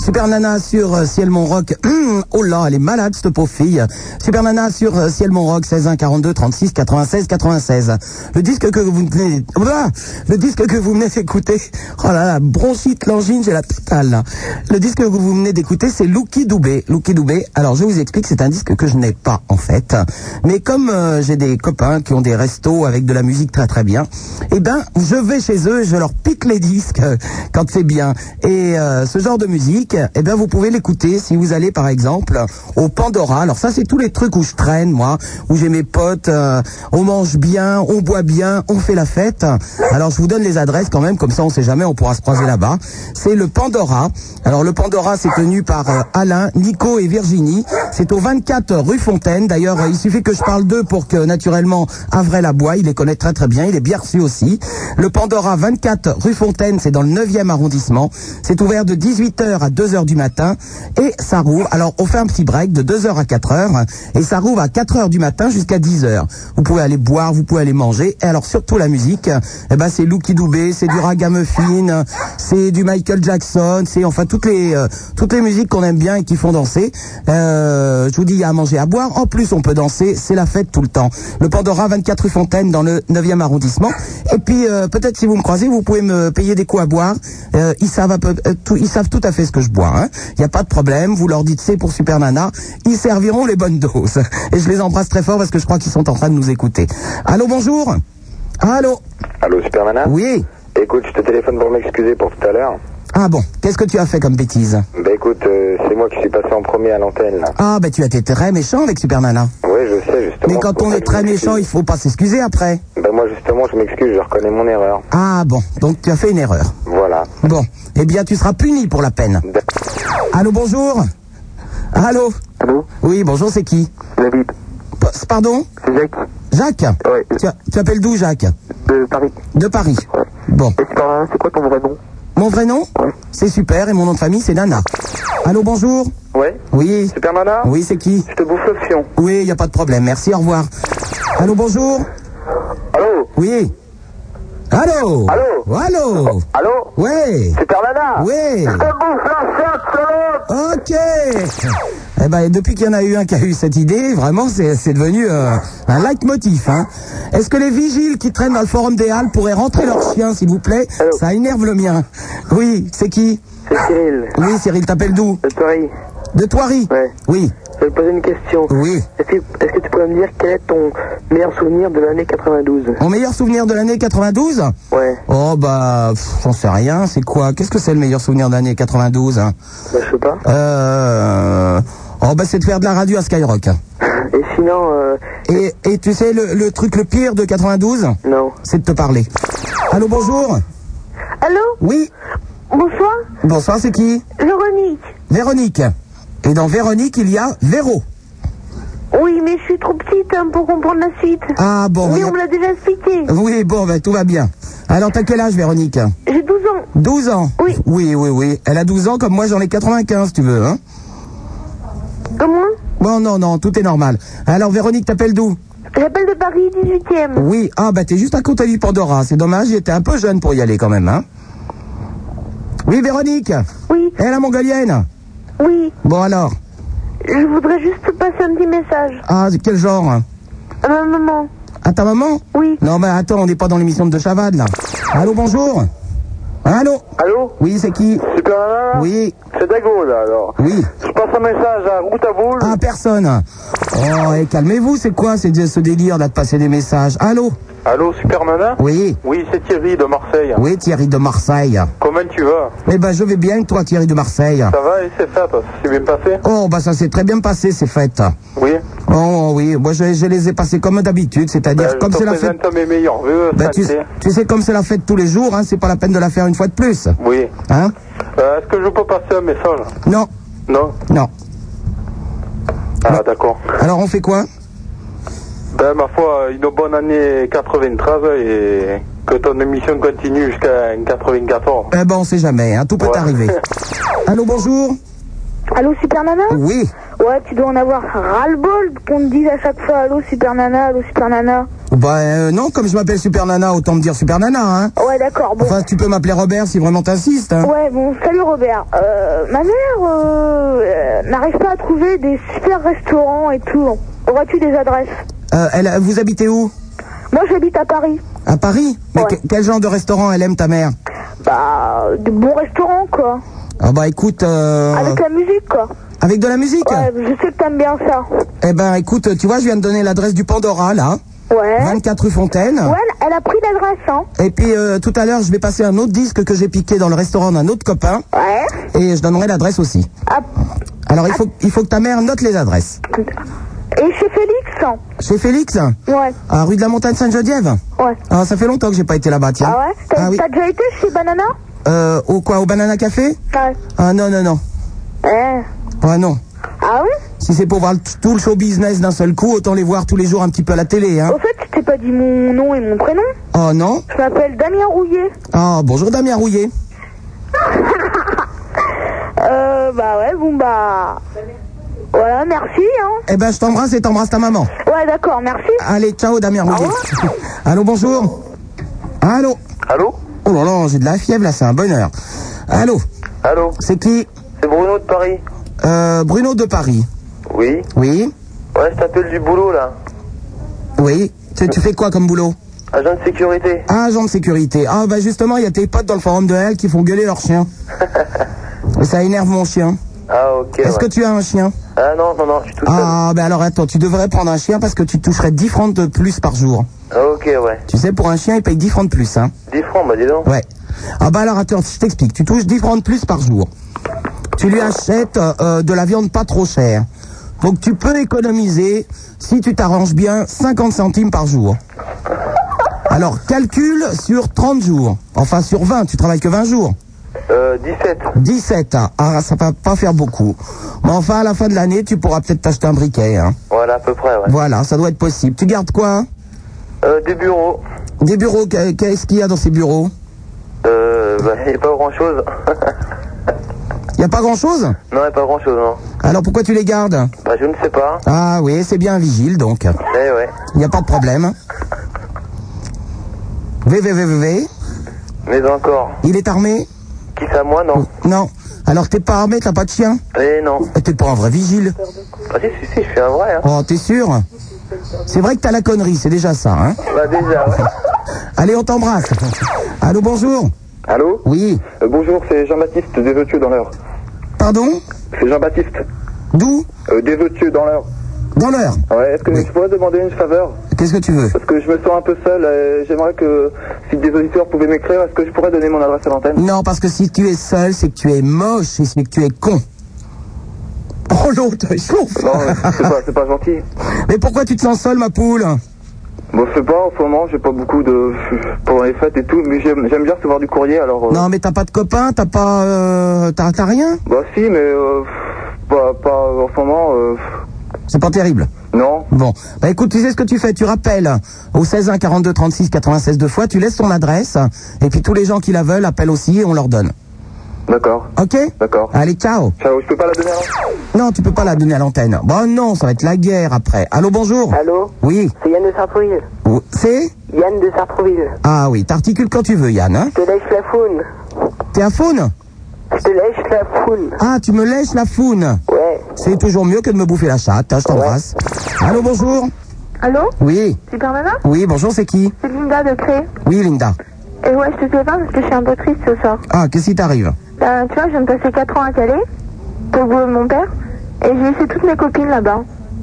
Super Nana sur euh, Ciel Mon Rock. Hum, oh là, elle est malade cette pauvre fille. Super Nana sur euh, Ciel Mon Rock 16 1 42 36 96 96. Le disque que vous venez Ouah le disque que vous venez d'écouter. Oh là là, bronchite, langine, j'ai la totale. là. Le disque que vous venez d'écouter, c'est Lucky Doubé. Lucky Doubé. Alors je vous explique, c'est un disque que je n'ai pas en fait. Mais comme euh, j'ai des copains qui ont des restos avec de la musique très très bien, eh ben je vais chez eux, et je leur pique les disques euh, quand c'est bien. Et euh, ce genre de musique, eh bien vous pouvez l'écouter si vous allez par exemple au Pandora. Alors ça c'est tous les trucs où je traîne moi, où j'ai mes potes, euh, on mange bien, on boit bien, on fait la fête. Alors je vous donne les adresses quand même, comme ça on sait jamais, on pourra se croiser là-bas. C'est le Pandora. Alors le Pandora c'est tenu par euh, Alain, Nico et Virginie. C'est au 24 rue Fontaine. D'ailleurs euh, il suffit que je parle d'eux pour que naturellement Avrel Aboie, il les connaît très très bien, il est bien reçu aussi. Le Pandora 24 rue Fontaine, c'est dans le 9e arrondissement. C'est ouvert de 18h à 2h du matin et ça rouvre. Alors, on fait un petit break de 2h à 4h et ça rouvre à 4h du matin jusqu'à 10h. Vous pouvez aller boire, vous pouvez aller manger. Et alors, surtout la musique, eh ben, c'est Lucky Doubé, c'est du ragamuffin, c'est du Michael Jackson, c'est enfin toutes les, euh, toutes les musiques qu'on aime bien et qui font danser. Euh, je vous dis, il y a à manger, à boire. En plus, on peut danser. C'est la fête tout le temps. Le Pandora 24 rue Fontaine dans le 9e arrondissement. Et puis, euh, peut-être si vous me croisez, vous pouvez me payer des coups à boire. Euh, ils, savent à peu- euh, tout, ils savent tout à fait ce que je bois. hein. Il n'y a pas de problème. Vous leur dites c'est pour Super Nana. Ils serviront les bonnes doses. Et je les embrasse très fort parce que je crois qu'ils sont en train de nous écouter. Allô, bonjour. Allô. Allô, Supermana Oui. Écoute, je te téléphone pour m'excuser pour tout à l'heure. Ah bon, qu'est-ce que tu as fait comme bêtise Bah écoute, euh, c'est moi qui suis passé en premier à l'antenne, là. Ah ben tu as été très méchant avec Super Nana. Ouais, je sais, justement. Ah. Mais quand on est très méchant, il faut pas s'excuser après. Bah moi, justement, je m'excuse, je reconnais mon erreur. Ah bon, donc tu as fait une erreur. Voilà. Bon, eh bien tu seras puni pour la peine. Allô, bonjour. Allô. Allô Oui, bonjour, c'est qui David. P- Pardon C'est Jacques. Jacques Ouais. Tu, a- tu appelles d'où, Jacques De Paris. De Paris. Bon. Et c'est pas- c'est quoi ton vrai nom Mon vrai nom C'est Super et mon nom de famille, c'est Nana. Allô, bonjour Ouais. Oui. Supermana Oui, c'est qui Je te bouffe le fion. Oui, il a pas de problème. Merci, au revoir. Allô, bonjour Allô Oui. Allô Allô Allô Allô Ouais Supermana Ouais Je te bouffe la chatte, salope Ok Eh ben, depuis qu'il y en a eu un qui a eu cette idée, vraiment, c'est c'est devenu euh, un leitmotiv. Hein. Est-ce que les vigiles qui traînent dans le forum des Halles pourraient rentrer leurs chiens, s'il vous plaît Allô Ça énerve le mien. Oui, c'est qui C'est Cyril, Oui, Cyril, t'appelles d'où de Paris. De Toiry Ouais. Oui, Je vais te poser une question. oui. Est-ce que, est-ce que tu pourrais me dire quel est ton meilleur souvenir de l'année 92 Mon meilleur souvenir de l'année 92 Ouais, Oh bah, pff, j'en sais rien, c'est quoi Qu'est-ce que c'est le meilleur souvenir de l'année 92 hein bah, je sais pas. Euh... Oh bah, c'est de faire de la radio à Skyrock. Et sinon, euh, Et, et tu sais, le, le truc le pire de 92 non. c'est de te parler. Allô, bonjour Allô Oui Bonsoir Bonsoir, c'est qui Véronique Véronique. Et dans Véronique, il y a Véro. Oui, mais je suis trop petite hein, pour comprendre la suite. Ah bon, mais y a- on me l'a déjà expliqué. oui, bon, ben, tout va bien. Alors, t'as quel âge, Véronique J'ai 12 ans. 12 ans Oui. Oui, oui, oui. Elle a 12 ans, comme moi, j'en ai 95, tu veux, hein Comment Bon, non, non, tout est normal. Alors, Véronique, t'appelles d'où J'appelle de Paris, 18e. Oui, ah, bah, t'es juste à côté du Pandora. C'est dommage, j'étais un peu jeune pour y aller, quand même, hein Oui, Véronique Oui, Et la mongolienne oui. Bon, alors Je voudrais juste te passer un petit message Ah, quel genre hein à ma maman. À ta maman Oui. Non, mais attends, on n'est pas dans l'émission de De Chavade, là. Allô, bonjour Allô Allô Oui, c'est qui Supermana Oui, C'est Dago, là, alors. oui. Je passe un message à Routaboul. Ah, personne. Oh, et calmez-vous, c'est quoi c'est ce délire, là, de passer des messages Allô Allô, Supermana Oui, Oui, c'est Thierry de Marseille. oui, Thierry de Marseille. Comment tu vas Eh ben, je vais bien, et toi, Thierry de Marseille Ça va et Ah, c'est bah, ça, toi C'est bien passé Oh, bah, ça s'est très bien passé, ces fêtes. Oui. Oh, oui, moi, je, je les ai passées comme d'habitude, c'est-à-dire Bah, comme je te c'est la présente fête... mes meilleurs vœux, Bah, tu, santé. tu sais, comme c'est la fête tous les jours, hein, c'est pas la peine de la faire une fois de plus. Oui. Hein Euh, Est-ce que je peux passer un message Non, Non non. Ah, d'accord. Alors, on fait quoi Ben, ma foi, une bonne année 93 et que ton émission continue jusqu'à 94. Eh ben, on sait jamais, hein, tout peut Ouais. arriver. Allô, bonjour Euh. Allô, Super Nana Oui. Ouais, tu dois en avoir ras-le-bol qu'on te dise à chaque fois Allô, Super Nana, Allô, Super Nana. Bah euh, non, comme je m'appelle Super Nana, autant me dire Super Nana, hein. Ouais, d'accord, bon. Enfin, tu peux m'appeler Robert si vraiment t'insistes. hein. Ouais, bon, salut Robert. Euh, ma mère euh, euh, n'arrive pas à trouver des super restaurants et tout. Aurais-tu des adresses Euh, elle, vous habitez où Moi, j'habite à Paris. À Paris Mais Ouais. que- quel genre de restaurant elle aime ta mère Bah, de bons restaurants, quoi. Ah bah écoute, euh, Avec la musique, quoi. avec de la musique Ouais, je sais que t'aimes bien ça. Eh ben écoute, tu vois, je viens de donner l'adresse du Pandora là, Ouais. 24 rue Fontaine. Ouais, elle- elle a pris l'adresse, hein. Et puis euh, tout à l'heure, je vais passer un autre disque que j'ai piqué dans le restaurant d'un autre copain Ouais. et je donnerai l'adresse aussi. Ah, Alors il faut, il faut que ta mère note les adresses. Et chez Félix, hein. Chez Félix, Ouais, à rue de la Montagne Sainte-Geneviève. ouais. Ah, ça fait longtemps que j'ai pas été là-bas, tiens. Ah ouais T'as Ah oui. t'as déjà été chez Banana Euh, au quoi, au Banana Café Ouais. Ah non, non, non. Eh. Ah non. Ah oui Si c'est pour voir le- tout le show business d'un seul coup, autant les voir tous les jours un petit peu à la télé, hein. Au fait, tu t'es pas dit mon nom et mon prénom. Oh non Je m'appelle Damien Rouillet. Ah, bonjour Damien Rouillet. Euh, bah ouais, bon bah... Voilà, merci, hein. Eh ben, je t'embrasse et t'embrasse ta maman. Ouais, d'accord, merci. Allez, ciao Damien Rouillet. Au Allô, bonjour. Allô Allô Oh là là, j'ai de la fièvre là, c'est un bonheur. Allô, Allô c'est qui C'est Bruno de Paris euh, Bruno de Paris. Oui Oui Ouais, je t'appelle du boulot là. Oui tu, tu fais quoi comme boulot Agent de sécurité. Ah, agent de sécurité. Ah, bah justement, il y a tes potes dans le forum de Hell qui font gueuler leur chien. Et ça énerve mon chien. Ah ok. Est-ce ouais. que tu as un chien Ah non, non, non, je suis tout Ah, bah alors attends, tu devrais prendre un chien parce que tu toucherais 10 francs de plus par jour. seul. Ah, ok, ouais. Tu sais, pour un chien, il paye 10 francs de plus, hein. 10 francs, bah dis donc. Ouais. Ah bah alors attends, je t'explique. Tu touches 10 francs de plus par jour. Tu lui achètes euh, euh, de la viande pas trop chère. Donc tu peux économiser, si tu t'arranges bien, 50 centimes par jour. Alors calcule sur 30 jours. Enfin sur 20, tu travailles que 20 jours. Euh, 17. 17, hein. ah ça va pas faire beaucoup. Mais enfin à la fin de l'année, tu pourras peut-être t'acheter un briquet. Hein. Voilà, à peu près, ouais. Voilà, ça doit être possible. Tu gardes quoi hein Euh, des bureaux. Des bureaux, qu'est- qu'est-ce qu'il y a dans ces bureaux Euh, bah, il n'y a pas grand chose. Il n'y a pas grand-chose non, il n'y a pas grand chose, non. Alors pourquoi tu les gardes Bah, je ne sais pas. Ah oui, c'est bien vigile donc. Eh ouais. Il n'y a pas de problème. VVVV, Mais encore. il est armé Qui ça, moi, non. Non. Alors t'es pas armé, t'as pas de chien Eh non. Eh, T'es pas un vrai vigile. Bah, si, si, si, je suis un vrai, hein. Oh, t'es sûr C'est vrai que t'as la connerie, c'est déjà ça. Hein Bah, déjà, ouais. Allez, on t'embrasse. Allô, bonjour. Allô Oui. Euh, Bonjour, c'est Jean-Baptiste des Eutieux dans l'heure. Pardon C'est Jean-Baptiste D'où euh, des Eutieux dans l'heure. Dans l'heure. Ouais, est-ce que Oui. je pourrais demander une faveur Qu'est-ce que tu veux Parce que je me sens un peu seul. euh, J'aimerais que si des auditeurs pouvaient m'écrire, est-ce que je pourrais donner mon adresse à l'antenne Non, parce que si tu es seul, c'est que tu es moche et c'est que tu es con. Oh l'autre, il chauffe. Non, euh, c'est pas, c'est pas gentil. Mais pourquoi tu te sens seul, ma poule Bon, je sais pas, en ce moment, j'ai pas beaucoup de. pendant les fêtes et tout, mais j'aime j'aime bien recevoir du courrier, alors. euh, Non, mais t'as pas de copain, t'as pas, euh, t'as t'as rien. Bah, si, mais. euh, pas, pas en ce moment, euh, C'est pas terrible. non. Bon, bah écoute, tu sais ce que tu fais, tu rappelles au 16 1 42 36 96 deux fois, tu laisses ton adresse et puis tous les gens qui la veulent appellent aussi et on leur donne. D'accord, Ok d'accord. Allez, ciao. Ciao, je peux pas la donner avant Non, tu peux pas la donner à l'antenne. Bon non, ça va être la guerre après. Allô, bonjour. Allô Oui. C'est Yann de Sartreville. Ou- C'est Yann de Sartreville. Ah oui, t'articules quand tu veux, Yann. Hein Je te lèche la faune. T'es à faune Je te lèche la faune. Ah, tu me lèches la faune. Ouais. C'est toujours mieux que de me bouffer la chatte. hein, je t'embrasse. Allô, bonjour. Allô Oui. Super Nana Oui, bonjour, c'est qui C'est Linda de Cré. Oui, Linda. Et ouais, je te fais pas parce que je suis un peu triste ce soir. Ah, qu'est-ce qui t'arrive Ben, tu vois, je viens de passer 4 ans à Calais, au boulot de mon père, et j'ai laissé toutes mes copines là-bas.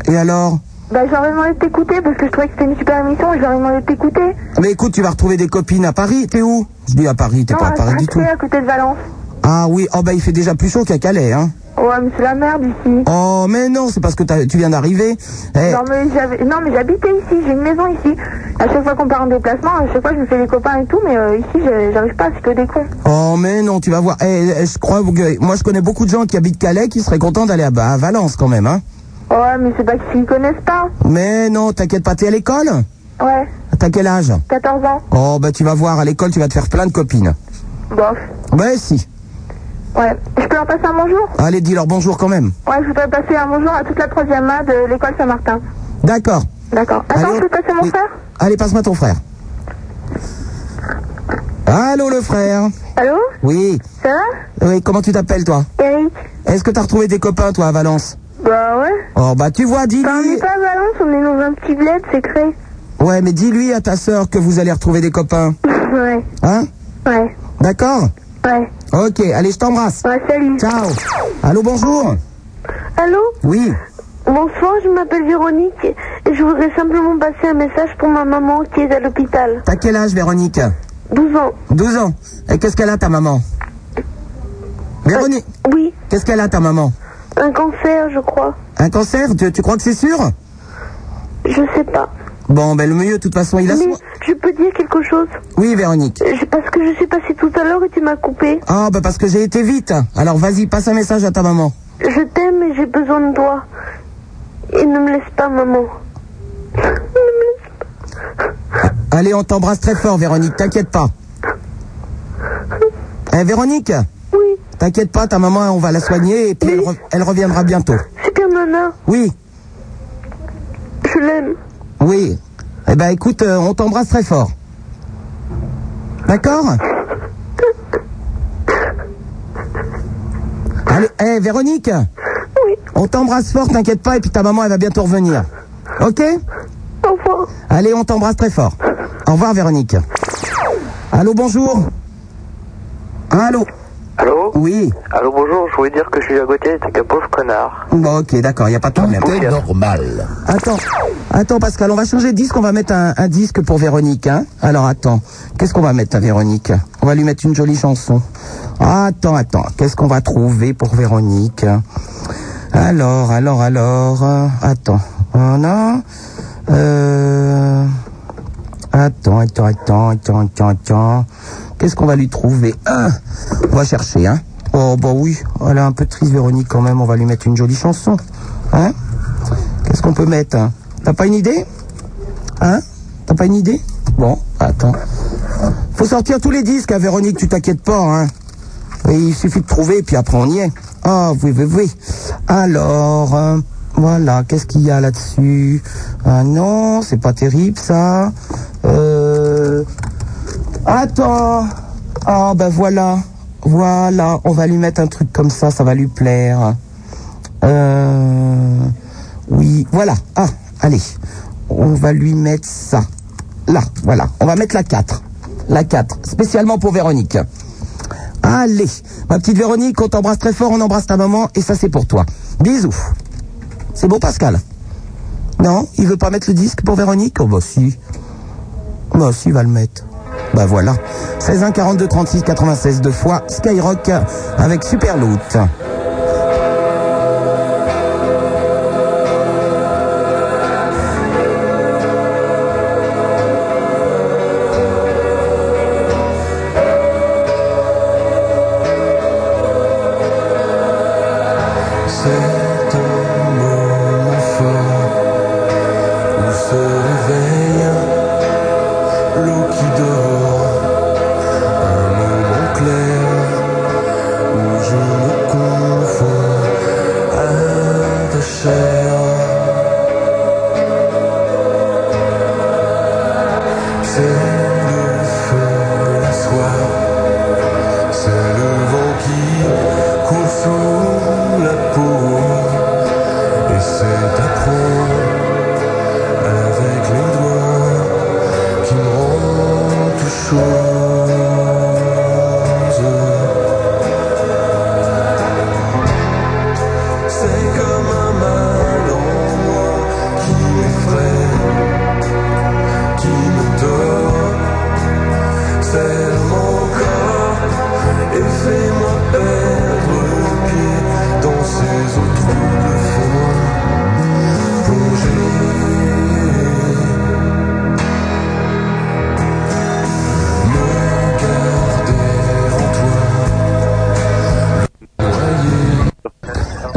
Et alors Bah, je leur ai demandé de t'écouter parce que je trouvais que c'était une super émission et je leur ai demandé de t'écouter. Mais écoute, tu vas retrouver des copines à Paris. T'es où Je dis à Paris, t'es Non, pas à Paris du tout. à côté de Valence. Ah oui, oh bah il fait déjà plus chaud qu'à Calais, hein. Ouais, mais Oh, c'est la merde ici. Oh mais non, c'est parce que t'as- tu viens d'arriver. Eh, Non, mais j'avais- non, mais j'habitais ici, j'ai une maison ici. À chaque fois qu'on part en déplacement, à chaque fois je me fais des copains et tout, mais euh, ici j'ai- j'arrive pas, c'est que des cons. oh mais non, tu vas voir. Eh, eh, je crois que moi je connais beaucoup de gens qui habitent Calais qui seraient contents d'aller à, bah, à Valence quand même, hein. Ouais, mais c'est pas qu'ils s'y connaissent pas. Mais non, t'inquiète pas, t'es à l'école Ouais, T'as quel âge 14 ans. Oh bah tu vas voir, à l'école tu vas te faire plein de copines. Bof. Bah si. Ouais. Je peux leur passer un bonjour Allez, dis-leur bonjour quand même. Ouais, je voudrais passer un bonjour à toute la troisième A de l'école Saint-Martin. D'accord. D'accord. Attends, Allô je peux passer mon Oui. frère Allez, passe-moi ton frère. Allô, le frère Allô Oui. Ça va Oui, comment tu t'appelles, toi Eric Est-ce que t'as retrouvé des copains, toi, à Valence Bah ouais. Oh, bah, tu vois, Bah, on n'est dis-lui. pas à Valence, on est dans un petit bled secret. Ouais, mais dis-lui à ta sœur que vous allez retrouver des copains. ouais, Hein ouais, D'accord ouais. Ok, allez, je t'embrasse. Ouais, salut. Ciao. Allô, bonjour. Allô Oui. Bonsoir, je m'appelle Véronique. et Je voudrais simplement passer un message pour ma maman qui est à l'hôpital. T'as quel âge, Véronique 12 ans. 12 ans. Et qu'est-ce qu'elle a, ta maman Véronique, Euh, Oui, qu'est-ce qu'elle a, ta maman un cancer, je crois. Un cancer tu, tu crois que c'est sûr Je sais pas. Bon, ben, le mieux, de toute façon, il a... Mais son- je peux dire quelque chose Oui, Véronique. Je- Parce que je suis passée tout à l'heure et tu m'as coupé. Ah, bah parce que j'ai été vite. Alors vas-y, passe un message à ta maman. Je t'aime et j'ai besoin de toi. Et ne me laisse pas, maman. Ne me laisse pas. Allez, on t'embrasse très fort, Véronique, t'inquiète pas. Eh, Véronique, Oui, t'inquiète pas, ta maman, on va la soigner et puis elle, re- elle reviendra bientôt. super nana, Oui, je l'aime. oui. Eh ben écoute, euh, on t'embrasse très fort. D'accord Allez, eh, Véronique, Oui, on t'embrasse fort, t'inquiète pas, et puis ta maman, elle va bientôt revenir. Ok au revoir. Allez, on t'embrasse très fort. Au revoir, Véronique. Allô, bonjour. Allô. Allô Oui. Allô, bonjour, je voulais dire que je suis à côté, t'es qu'un pauvre connard. Bon, ok, d'accord, il n'y a pas de problème. C'est normal. Attends, attends, Pascal, on va changer de disque, on va mettre un, un disque pour Véronique. Hein Alors, attends, qu'est-ce qu'on va mettre à Véronique On va lui mettre une jolie chanson. Attends, attends, qu'est-ce qu'on va trouver pour Véronique Alors, alors, alors, euh, attends. On a... Euh... Attends, attends, attends, attends, attends, attends. Qu'est-ce qu'on va lui trouver Ah, On va chercher, hein. Oh, bah oui, elle est un peu triste, Véronique, quand même. On va lui mettre une jolie chanson. Hein Qu'est-ce qu'on peut mettre hein T'as pas une idée Hein T'as pas une idée Bon, attends. Faut sortir tous les disques, hein, Véronique, tu t'inquiètes pas, hein. Et il suffit de trouver, puis après on y est. Ah, oui, oui, oui. Alors, euh, voilà, qu'est-ce qu'il y a là-dessus Ah non, c'est pas terrible ça. Euh... Attends. Ah, ben voilà. Voilà, on va lui mettre un truc comme ça, ça va lui plaire. Euh... Oui, voilà. Ah, allez. On va lui mettre ça. Là, voilà. On va mettre la 4. La 4, spécialement pour Véronique. Allez, ma petite Véronique, on t'embrasse très fort, on embrasse ta maman, et ça c'est pour toi. Bisous. C'est bon, Pascal Non, il veut pas mettre le disque pour Véronique Oh bah si. Bah si, il va le mettre. Bah voilà. 16 1 42 36 96 deux fois Skyrock avec Super Loot. C'est un moment fort où se réveille l'eau qui dort. Un moment clair où je me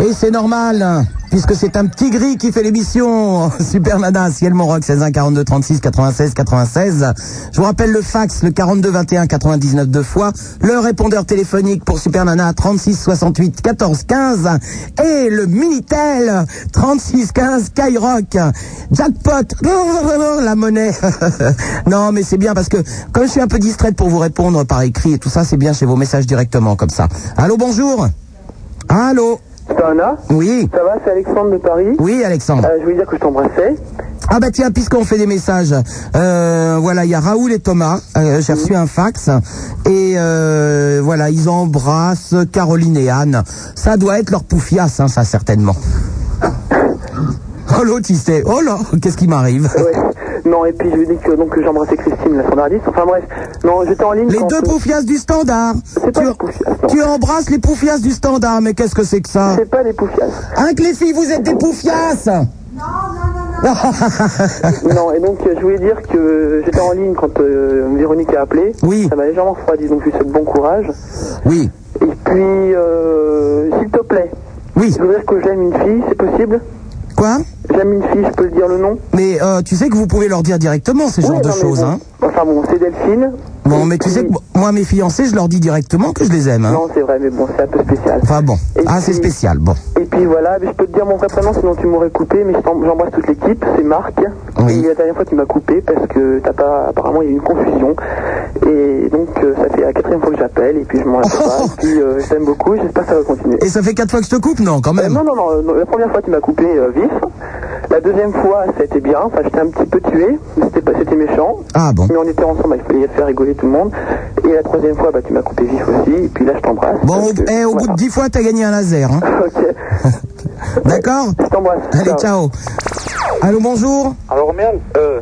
Et c'est normal, hein, puisque c'est un petit gris qui fait l'émission. Super Nana, Ciel Mon Rock, 16 1 42 36 96 96. Je vous rappelle le fax, le 42 21 99 deux fois. Le répondeur téléphonique pour Super Nana, 36 68 14 15. Et le Minitel, 36 15 Skyrock. Jackpot, la monnaie. non, mais c'est bien parce que comme je suis un peu distraite pour vous répondre par écrit et tout ça, c'est bien chez vos messages directement comme ça. Allô, bonjour. Allô. Anna, Oui, ça va, c'est Alexandre de Paris. oui Alexandre. Euh, je voulais dire que je t'embrassais. Ah bah tiens, puisqu'on fait des messages, euh, voilà, il y a Raoul et Thomas, euh, j'ai reçu un fax, et euh, voilà, ils embrassent Caroline et Anne. Ça doit être leur poufias, hein, ça certainement. Oh l'autre, il sait, oh là, qu'est-ce qui m'arrive Ouais. Non, et puis je lui dis que donc que j'embrassais Christine, la standardiste. Enfin bref, non, j'étais en ligne. Les quand- deux poufias du standard C'est pas tu, les poufias, non. tu embrasses les poufias du standard, mais qu'est-ce que c'est que ça C'est pas les poufias. Hein que les filles, vous êtes des poufias Non, et donc euh, je voulais dire que j'étais en ligne quand euh, Véronique a appelé. Oui. Ça m'a légèrement refroidi, donc je lui souhaite bon courage. Oui, Et puis, euh, s'il te plaît, oui, je veux dire que j'aime une fille, c'est possible quoi J'aime une fille, je peux le dire le nom Mais euh, tu sais que vous pouvez leur dire directement ces Oui, genres de non, mais choses, bon. hein Enfin bon, c'est Delphine. Bon, Et mais tu puis- sais que moi, mes fiancés, je leur dis directement que je les aime. Hein. Non, c'est vrai, mais bon, c'est un peu spécial. Enfin bon, Et ah, c'est puis- spécial. Bon, Et puis voilà, mais je peux te dire mon vrai prénom, sinon tu m'aurais coupé, mais je t'em- j'embrasse toute l'équipe, c'est Marc. Oui. Et la dernière fois tu m'as coupé parce que t'as pas, apparemment il y a eu une confusion. Et donc euh, ça fait la quatrième fois que j'appelle, et puis je m'en rappelle pas. Et puis euh, je t'aime beaucoup, j'espère que ça va continuer. et ça fait quatre fois que je te coupe, non, Oh, quand Euh, même. non, non, non, euh, non, la première fois tu m'as coupé euh, vif. La deuxième fois ça a été bien, enfin j'étais un petit peu tué, mais c'était pas- c'était méchant. Ah bon. Mais on était ensemble, il fallait faire rigoler tout le monde. Et la troisième fois, bah, tu m'as coupé vif aussi. Et puis là, je t'embrasse. Bon, parce au, que- eh, au bout de voilà. dix fois, t'as gagné un laser. Hein. Ok, D'accord je t'embrasse. Allez, ciao. Allô, bonjour. Alors merde, euh,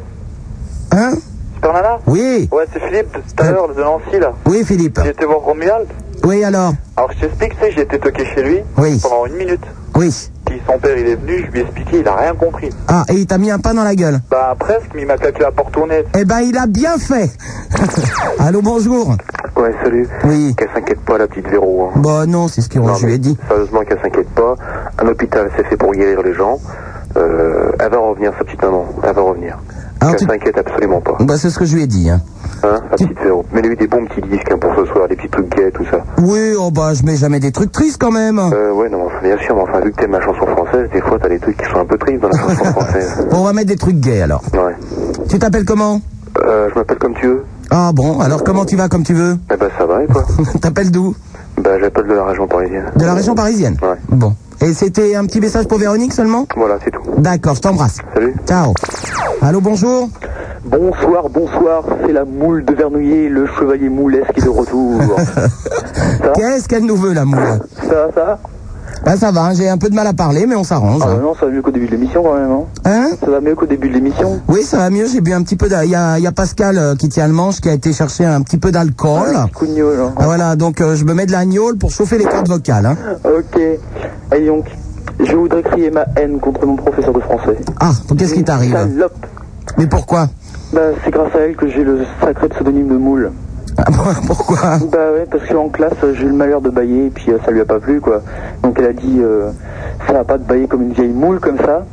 Hein Super Nana Oui, Euh. Ouais, c'est Philippe, de tout à l'heure, de Nancy, là. oui, Philippe. J'ai été voir Romuald. Oui, alors. Alors, je t'explique, tu sais, j'ai été toqué chez lui Oui, pendant une minute. oui. Puis son père, il est venu, je lui ai expliqué, il a rien compris. Ah, et il t'a mis un pain dans la gueule. Bah, presque, mais il m'a claqué la porte tournée. Eh ben, il a bien fait. Allô, bonjour. Ouais, salut. Oui. Qu'elle s'inquiète pas, la petite Véro. hein. Bon, non, c'est ce que Non, je lui ai mais dit. Sérieusement, qu'elle s'inquiète pas. Un hôpital, c'est fait pour guérir les gens. Euh, elle va revenir, sa petite maman. Elle va revenir. Alors, qu'elle tu- s'inquiète absolument pas. Bah, c'est ce que je lui ai dit. Hein. Hein, la petite Véro. Mets-lui des bons petits disques hein, pour ce soir, des petits trucs gays, tout ça. Oui, oh bah, je mets jamais des trucs tristes quand même. Euh, ouais, non, enfin, bien sûr, mais enfin, vu que t'aimes la chanson française, des fois, t'as des trucs qui sont un peu tristes dans la chanson française. Bon, on va mettre des trucs gays alors. Ouais. Tu t'appelles comment Euh, je m'appelle comme tu veux. Ah bon, alors comment tu vas comme tu veux Eh ben, ça va, et toi T'appelles d'où Bah, j'appelle de la région parisienne. De la région parisienne Ouais. Bon. Et c'était un petit message pour Véronique seulement Voilà, c'est tout. D'accord, je t'embrasse. Salut. Ciao. Allô, bonjour Bonsoir, bonsoir, c'est la moule de Vernouillet, le chevalier moulesque qui est de retour. Qu'est-ce qu'elle nous veut, la moule ça va, ça va Bah ça va, hein, j'ai un peu de mal à parler, mais on s'arrange. Ah bah hein. non, ça va mieux qu'au début de l'émission quand même. Hein. Hein Ça va mieux qu'au début de l'émission. Oui, ça va mieux, j'ai bu un petit peu d'a- Il y a, il y a Pascal euh, qui tient le manche, qui a été chercher un petit peu d'alcool. Petit Coup de gnôle, hein. Ah, voilà, donc euh, je me mets de l'agnole pour chauffer les cordes vocales. hein. Ok. Et donc, je voudrais crier ma haine contre mon professeur de français. Ah, donc qu'est-ce qui t'arrive Salope Mais pourquoi Bah, c'est grâce à elle que j'ai le sacré pseudonyme de moule. Ah, Pourquoi Bah ouais, parce qu'en classe, euh, j'ai eu le malheur de bailler et puis euh, ça lui a pas plu quoi. Donc elle a dit, euh, ça va pas de bailler comme une vieille moule comme ça.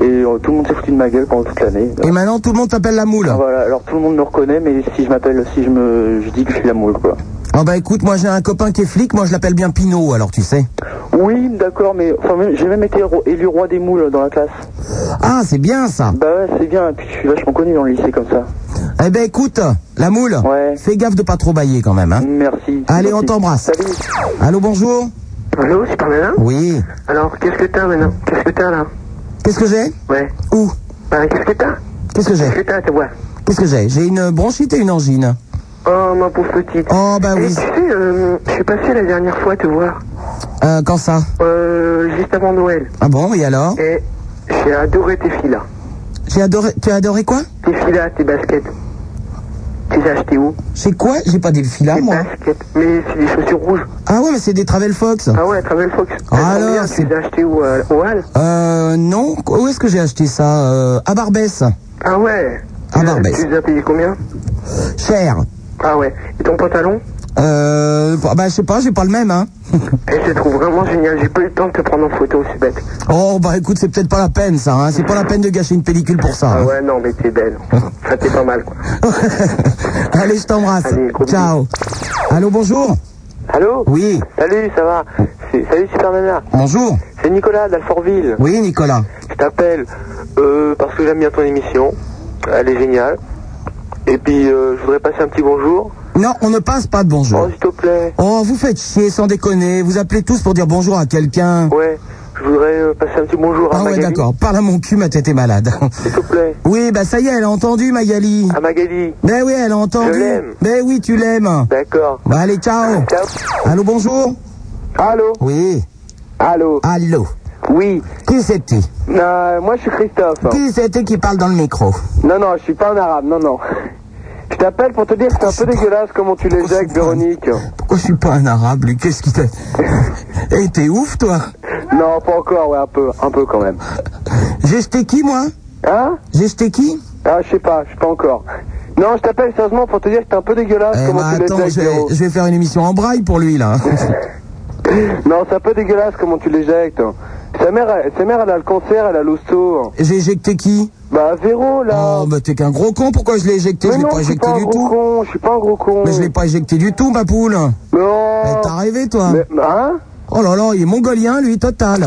Et euh, tout le monde s'est foutu de ma gueule pendant toute l'année. Ah, Et maintenant, tout le monde t'appelle la moule. Voilà, alors tout le monde me reconnaît, mais si je m'appelle, si je me, je dis que je suis la moule, quoi. Ah bah écoute, moi j'ai un copain qui est flic, moi je l'appelle bien Pinot, alors tu sais. Oui, d'accord, mais enfin, même- j'ai même été ro- élu roi des moules dans la classe. Ah, c'est bien ça. Bah ouais, c'est bien, et puis je suis vachement connu dans le lycée comme ça. Eh ben écoute, la moule, Ouais. fais gaffe de pas trop bailler quand même. Hein. Merci. Allez, on Merci. t'embrasse. Salut. Allô, bonjour Allô, Super Nana Oui. Alors, qu'est-ce que t'as maintenant Qu'est-ce que t'as là Qu'est-ce que j'ai Ouais. Où Bah, qu'est-ce que t'as Qu'est-ce que j'ai que t'as, tu vois Qu'est-ce que j'ai J'ai une bronchite et une angine. Oh, ma pauvre petite. Oh bah Et oui. tu sais, euh, je suis passé la dernière fois te voir, Euh, quand ça euh, juste avant Noël, Ah bon, et alors et j'ai adoré tes filas. J'ai adoré... Tu as adoré quoi Tes filas, tes baskets. Tu les as achetées où J'ai quoi J'ai pas des fils là, Tes moi. baskets. Mais c'est des chaussures rouges. Ah ouais, mais c'est des Travel Fox. Ah ouais, Travel Fox. Ah Elles sont alors, bien, c'est- Tu les as achetées où euh, Au Hall Euh, non. Où est-ce que j'ai acheté ça euh, À Barbès. Ah ouais. Ah, Tu- Barbès. Tu les as payées combien Cher. Ah ouais. Et ton pantalon Euh, bah, je sais pas, j'ai pas le même, hein. Et je te trouve vraiment génial. J'ai pas eu le temps de te prendre en photo, c'est bête. Oh, bah écoute, c'est peut-être pas la peine, ça, hein. C'est pas la peine de gâcher une pellicule pour ça. Ah hein. ouais, non, mais t'es belle. Ça, t'es pas mal, quoi. Allez, je t'embrasse. Allez, gros Ciao. Allô, bonjour. Allô Oui, Oh. Salut, ça va C'est- Salut Super Nana, bonjour. c'est Nicolas d'Alfortville. Oui, Nicolas. Je t'appelle euh, parce que j'aime bien ton émission. Elle est géniale. Et puis, euh, je voudrais passer un petit bonjour. Non, on ne passe pas de bonjour. Oh, s'il te plaît. Oh, vous faites chier, sans déconner. Vous appelez tous pour dire bonjour à quelqu'un. Ouais, je voudrais euh, passer un petit bonjour à Ah ouais, Magali. d'accord. Parle à mon cul, ma tête est malade. s'il te plaît. Oui, bah ça y est, elle a entendu, Magali. À Magali. Ben oui, elle a entendu. Je l'aime. Ben oui, tu l'aimes. D'accord. Bah allez, ciao. Ciao. Allô, bonjour. Allô Oui. Allô Allô. Oui. Qui c'est-tu Euh, moi, je suis Christophe. Qui c'est-tu qui parle dans le micro Non, non, je suis pas un arabe, non, non. Je t'appelle pour te dire que Ah, c'est un peu dégueulasse comment Oh, tu les as avec Véronique. Pourquoi je suis pas un arabe, lui Qu'est-ce qui t'a... Eh, t'es ouf, toi Non, pas encore, ouais, un peu, un peu quand même. J'ai jeté qui, moi Hein J'ai jeté qui Ah, je sais pas, je sais pas encore. Non, je t'appelle sérieusement pour te dire que t'es un peu dégueulasse Eh, comment bah, tu les as attends, avec je vais, Véro. je vais faire une émission en braille pour lui, là. Non, c'est un peu dégueulasse comment tu l'éjectes. Sa mère, elle- sa mère, elle a le cancer, elle a l'hosto. J'ai éjecté qui Bah, Véro, là. Oh, bah t'es qu'un gros con, pourquoi je l'ai éjecté mais Je l'ai non, pas je suis éjecté pas un du gros tout. con, je suis pas un gros con. Mais je l'ai pas éjecté du tout, ma poule. Non. Eh, T'as rêvé, toi Mais, hein Oh là là, il est mongolien, lui, total.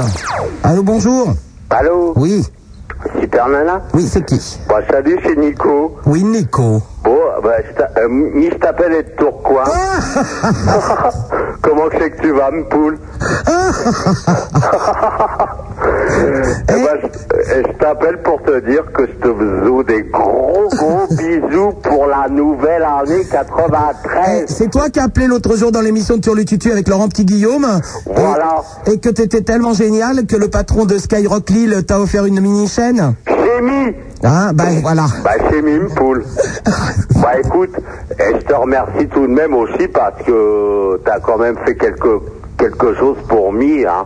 Allô, bonjour. Allô Oui, Super Nana oui, c'est qui Bah, salut, c'est Nico. Oui, Nico. Bon, bah, je t'a- euh, mi- je t'appelle être Tourcoing. Comment que c'est que tu vas, me poule Eh ben, je, euh, je t'appelle pour te dire que je te faisais des gros gros bisous pour la nouvelle année Eh, 93. c'est toi qui as appelé l'autre jour dans l'émission de Turlututu avec Laurent Petit Guillaume. Voilà. Et, et que t'étais tellement génial que le patron de Skyrock Lille t'a offert une mini chaîne. J'ai mis Hein, ben voilà. Bah, c'est Mime Poule. bah, écoute, et je te remercie tout de même aussi parce que Euh, t'as quand même fait quelque, quelque chose pour Mi, hein.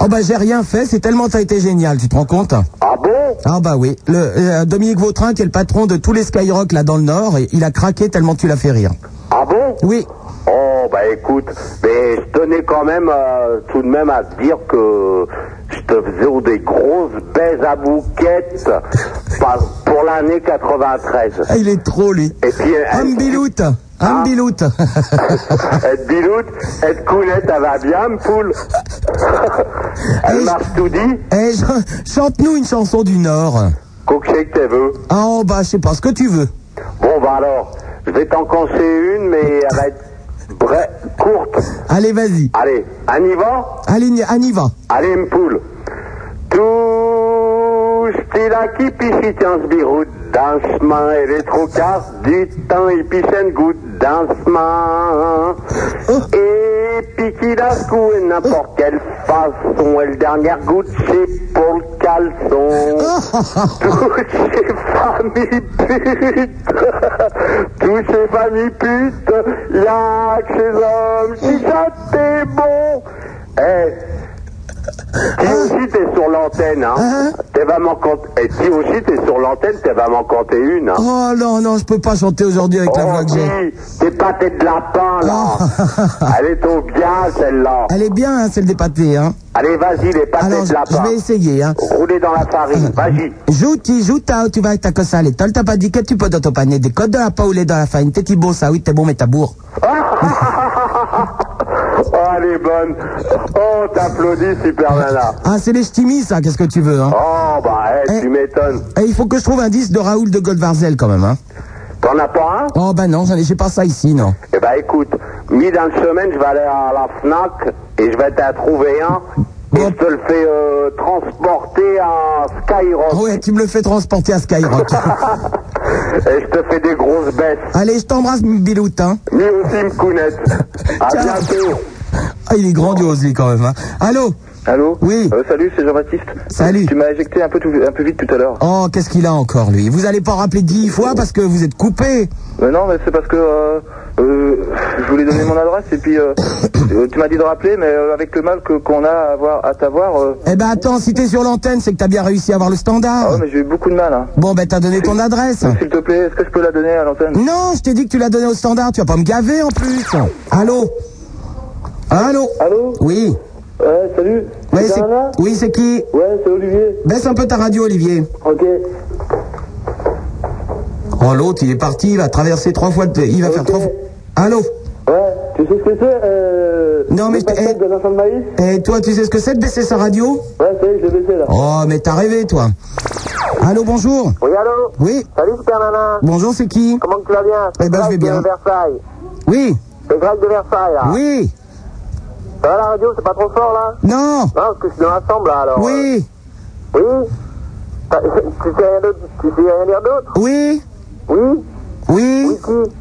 Oh bah j'ai rien fait, c'est tellement t'as été génial, tu te rends compte Ah bon Ah bah oui. Le euh, Dominique Vautrin qui est le patron de tous les Skyrock là dans le Nord, et il a craqué tellement tu l'as fait rire. Ah bon Oui. Oh, bah, écoute, mais je tenais quand même euh, tout de même à te dire que je te faisais des grosses baises à bouquettes par- pour l'année 93. Ah, il est trop lui. Et puis, euh, Ambiloute. Ambiloute. être biloute, être coulette, ça va bien, me poule. Ah, Elle marche tout dit. Eh, ch- chante-nous une chanson du Nord. Qu'est-ce que c'est que tu veux Ah, oh, bah, je sais pas ce que tu veux. Bon, bah alors, je vais t'en cancer une, mais elle va être bref, courte. Allez, vas-y. Allez, on y va Allez, ni- on y va. Allez, me poule. Tous t'es là qui pichit un sbirou d'un chemin et les trocards du temps et pichent une goutte d'un chemin. Et puis qu'il a secoué n'importe quelle façon et le dernier goutte c'est pour le caleçon. Touchez famille pute, touchez famille pute, y'a que ces hommes qui chantent des bons. Eh, dis aussi t'es sur l'antenne, hein. T'es vraiment compte. Et dis aussi t'es sur l'antenne, t'es vraiment compter une. Hein. Oh, non, non, je peux pas chanter aujourd'hui avec Oh, la voix Oh. que j'ai. dis, t'es pas tête de lapin là. Elle est au bien celle-là. Elle est bien, hein, celle des pâtés, hein. Allez vas-y les pâtés Alors, de je, je lapin. vais essayer, hein. Roulez dans la farine, vas-y. Jouti, jouta, tu vas avec ta cossa à l'étole, t'as pas dit que tu peux dans ton panier, des codes de la peau, lait dans la farine, t'es bon, ça, oui, t'es bon, mais t'as bourre. Oh, elle est bonne. Oh, t'applaudis, super nana. Ah, c'est les ch'timis, ça, qu'est-ce que tu veux, hein. Oh, bah, hey, Eh. tu m'étonnes. Et il faut que je trouve un disque de Raoul de Goldvarzel, quand même, hein. T'en as pas un Oh, bah non, j'en ai, j'ai pas ça ici, non. Eh ben, écoute, mis dans une semaine, je vais aller à la FNAC et je vais t'en trouver un. Et je te le fais euh, transporter à Skyrock. Oh, Ouais, tu me le fais transporter à Skyrock. Et je te fais des grosses baisses. Allez, je t'embrasse, Biloute, hein. Lui aussi, me counette. À Ciao. bientôt. Ah, il est grandiose, lui, quand même. Hein. Allô Allô Oui. Euh, Salut, c'est Jean-Baptiste. Salut. Tu m'as éjecté un peu, tout- un peu vite tout à l'heure. Oh, qu'est-ce qu'il a encore, lui Vous allez pas rappeler dix fois parce que vous êtes coupé. Mais non, mais c'est parce que euh, euh, je voulais donner mon adresse et puis euh, euh, tu m'as dit de rappeler, mais euh, avec le mal que qu'on a à, avoir, à t'avoir, euh, Eh ben attends, si t'es sur l'antenne, c'est que t'as bien réussi à avoir le standard. ah ouais, mais j'ai eu beaucoup de mal. Hein. Bon, ben t'as donné ton adresse. S'il te plaît, est-ce que je peux la donner à l'antenne Non, je t'ai dit que tu l'as donné au standard, tu vas pas me gaver en plus. Allô Allô Allô Oui. Ouais, Euh, salut. Ouais, c'est- oui, c'est qui Ouais, c'est Olivier. Baisse un peu ta radio, Olivier. Ok. Oh, l'autre, il est parti, il va traverser trois fois, de- il va faire trois fois. Allô Ouais, tu sais ce que c'est euh, Non, mais le je t'ai- Eh pastel de l'enfant de maïs Et toi, tu sais ce que c'est de baisser sa radio Ouais, ça y est, je l'ai baissé là. Oh, mais t'as rêvé, toi. Allô, bonjour Oui, allô Oui Salut, super nana. Bonjour, c'est qui Comment tu vas bien Eh ben, je vais Greg bien. de Versailles. Oui C'est Greg de Versailles, là. Oui Ça va, la radio, c'est pas trop fort, là Non Non, parce que je suis dans la chambre, là, alors. Oui euh, Oui T'as- Tu sais rien d'autre Tu sais rien dire d'autre Oui Oui Oui Oui, qui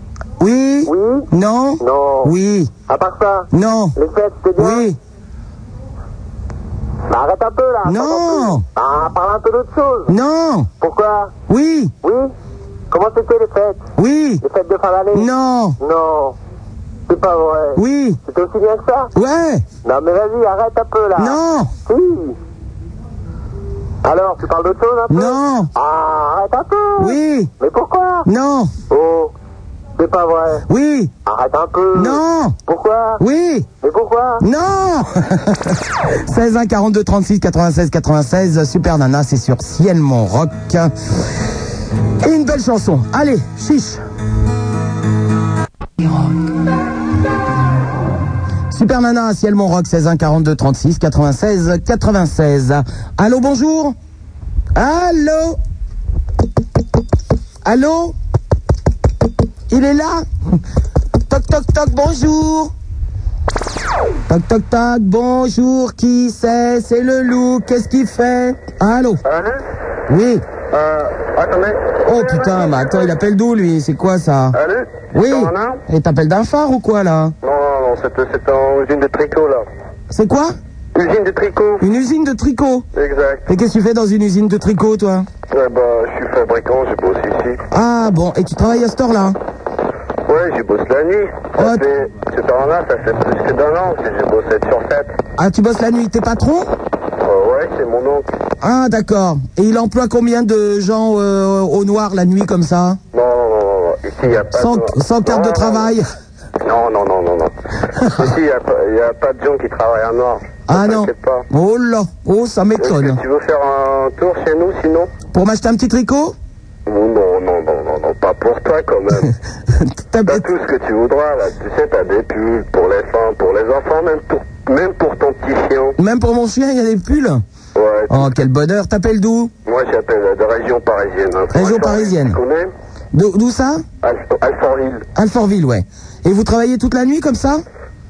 Oui Oui Non Non. Oui À part ça, Non les fêtes, c'est bien Oui Bah, arrête un peu, là. Non Bah, parle un peu d'autre chose. Non Pourquoi Oui Oui Comment c'était les fêtes Oui Les fêtes de fin d'année Non Non. C'est pas vrai. Oui C'était aussi bien que ça Ouais Non, mais vas-y, arrête un peu, là. Non Oui. Alors, tu parles d'autre chose un peu Non Ah, arrête un peu Oui Mais pourquoi Non Oh, c'est pas vrai. Oui Arrête un peu. Non Pourquoi Oui Mais pourquoi Non 16 1 42 36 96 96 Super Nana, c'est sur Ciel Mon Rock. Et une belle chanson. Allez, chiche Super Nana, Ciel Mon Rock, 16 1 42 36 96 96. Allô, bonjour Allô Allô Il est là Toc toc toc, bonjour Toc toc toc, bonjour, qui c'est C'est le loup, qu'est-ce qu'il fait Allô Euh, Allô Oui Euh, attendez. Oh putain, mais attends, il appelle d'où lui C'est quoi ça Allô Oui Sur Nana Et t'appelles d'un phare ou quoi là Non, non, non, c'est c'est en usine de tricot, là. C'est quoi Usine de tricot Une usine de tricot Exact. Et qu'est-ce que tu fais dans une usine de tricot toi Ouais, bah, je suis fabricant, je bosse ici. Ah bon, et tu travailles à ce store là Ouais, je bosse la nuit. Ça Ouais. fait, c'est en un, ça fait plus que d'un an que je bosse 7 sur 7. Ah tu bosses la nuit, t'es patron Euh, ouais, c'est mon oncle. Ah d'accord. Et il emploie combien de gens euh, au noir la nuit comme ça Non, non, non, non, ici, il n'y a pas sans, de... sans carte Non, de non, travail Non, non, non, non, non. ici, il n'y a, pas- il y a pas de gens qui travaillent en noir. Ah non T'inquiète pas. Oh là Oh ça Est-ce m'étonne que tu veux faire un tour chez nous, sinon Pour m'acheter un petit tricot Non, non, non, non, non, non, pas pour toi, quand même. T'as- T'as tout ce que tu voudras, là. Tu sais, t'as des pulls pour les femmes, pour les enfants, même pour, même pour ton petit chien. Même pour mon chien, il y a des pulls Ouais, Oh, quel bonheur T'appelles d'où moi, j'appelle de région parisienne. hein. Région Alfortville, parisienne. Tu connais D'o- D'où ça Al- Alfortville. Alfortville, ouais. Et vous travaillez toute la nuit comme ça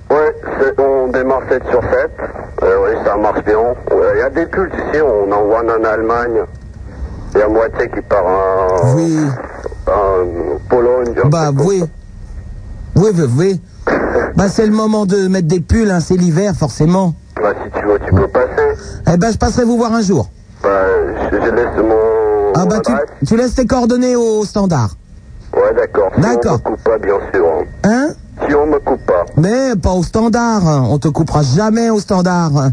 Ouais, c'est- on démarre 7 sur 7. Euh, oui, ça marche bien. Il y a des pulls, tu sais, on envoie en Allemagne. Il y a moitié qui part en, Oui. Ah, en Pologne. genre, Bah, c'est pour- oui. Oui, oui, oui. Bah, c'est le moment de mettre des pulls, hein, c'est l'hiver, forcément. Bah, si tu veux, tu peux passer. Eh ben, je passerai vous voir un jour. Bah, je, je laisse mon, Ah mon bah, tu, adresse. tu laisses tes coordonnées au standard. Ouais, d'accord. Si D'accord. on me coupe pas, bien sûr. hein. Hein Si on me coupe pas. Mais pas au standard, hein. on te coupera jamais au standard. hein.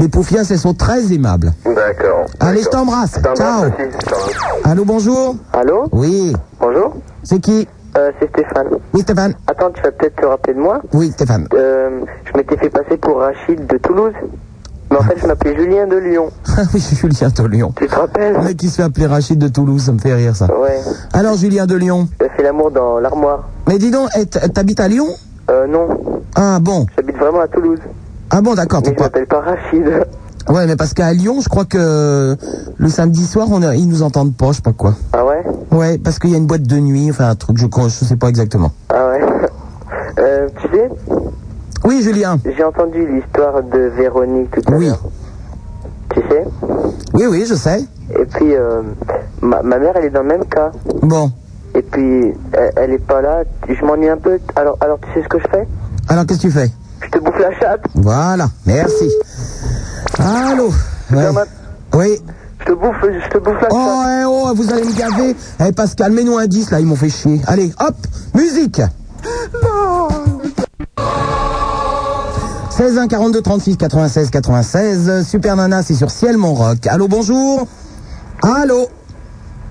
Les poufias, elles sont très aimables. D'accord. Allez, je d'accord. t'embrasse. Je t'embrasse Ciao. aussi, hein. je t'embrasse. Allô, bonjour Allô Oui. Bonjour C'est qui euh, C'est Stéphane. Oui, Stéphane. Attends, tu vas peut-être te rappeler de moi. Oui, Stéphane. Euh, je m'étais fait passer pour Rachid de Toulouse. Mais en fait, je m'appelais Julien de Lyon. Ah oui, Julien de Lyon. Tu te rappelles Le mec qui se fait appeler Rachid de Toulouse, ça me fait rire ça. Ouais. Alors Julien de Lyon. J'ai fait l'amour dans l'armoire. Mais dis donc, eh, t- t'habites à Lyon Euh, non. Ah bon. J'habite vraiment à Toulouse. Ah bon, d'accord. t'es Mais je pas- m'appelle pas Rachid. Ouais, mais parce qu'à Lyon, je crois que le samedi soir, on a... ils nous entendent pas, je sais pas quoi. Ah ouais Ouais, parce qu'il y a une boîte de nuit, enfin un truc, je crois, je sais pas exactement. Ah ouais. Euh, tu sais, Oui, Julien. j'ai entendu l'histoire de Véronique tout à Oui. l'heure. Tu sais Oui, oui, je sais. Et puis, euh, ma, ma mère, elle est dans le même cas. Bon. Et puis, elle, elle est pas là. Je m'ennuie un peu. Alors, alors, tu sais ce que je fais Alors qu'est-ce que tu fais Je te bouffe la chatte. Voilà, merci. Allô Ouais. Superman. Oui. Je te bouffe, je te bouffe la Oh, eh, oh, vous allez me gaver. Eh, Pascal, mets-nous un 10, là, ils m'ont fait chier. Allez, hop, musique 16 1 42 36 96 96 Super Nana, c'est sur Ciel, mon rock. Allô, bonjour Allô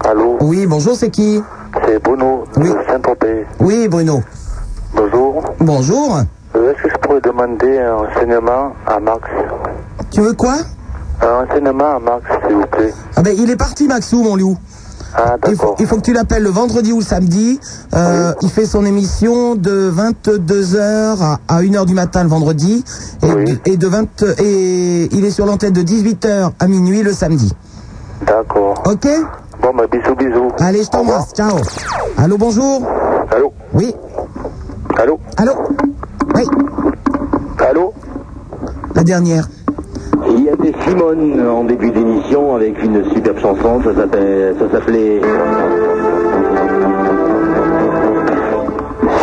Allô, Oui, bonjour, c'est qui c'est Bruno Oui. de Saint-Tropez. Oui, Bruno. Bonjour. Bonjour. Euh, Est-ce que je pourrais demander un renseignement à Max Tu veux quoi Un renseignement à Max, s'il vous plaît. Ah ben, il est parti, Maxou, mon loup. Ah, Il faut, d'accord. il faut que tu l'appelles le vendredi ou le samedi. Euh, Il fait son émission de 22h à, à 1h du matin le vendredi. Et, Oui. et de 20, et il est sur l'antenne de 18h à minuit le samedi. D'accord. Ok Bon, bah, bisous, bisous. Allez, je t'embrasse. Ciao. Allô, bonjour. Allô Oui. Allô Allô Oui, Allô la dernière. Il y avait Simone en début d'émission avec une superbe chanson, ça s'appelait... Ça s'appelait...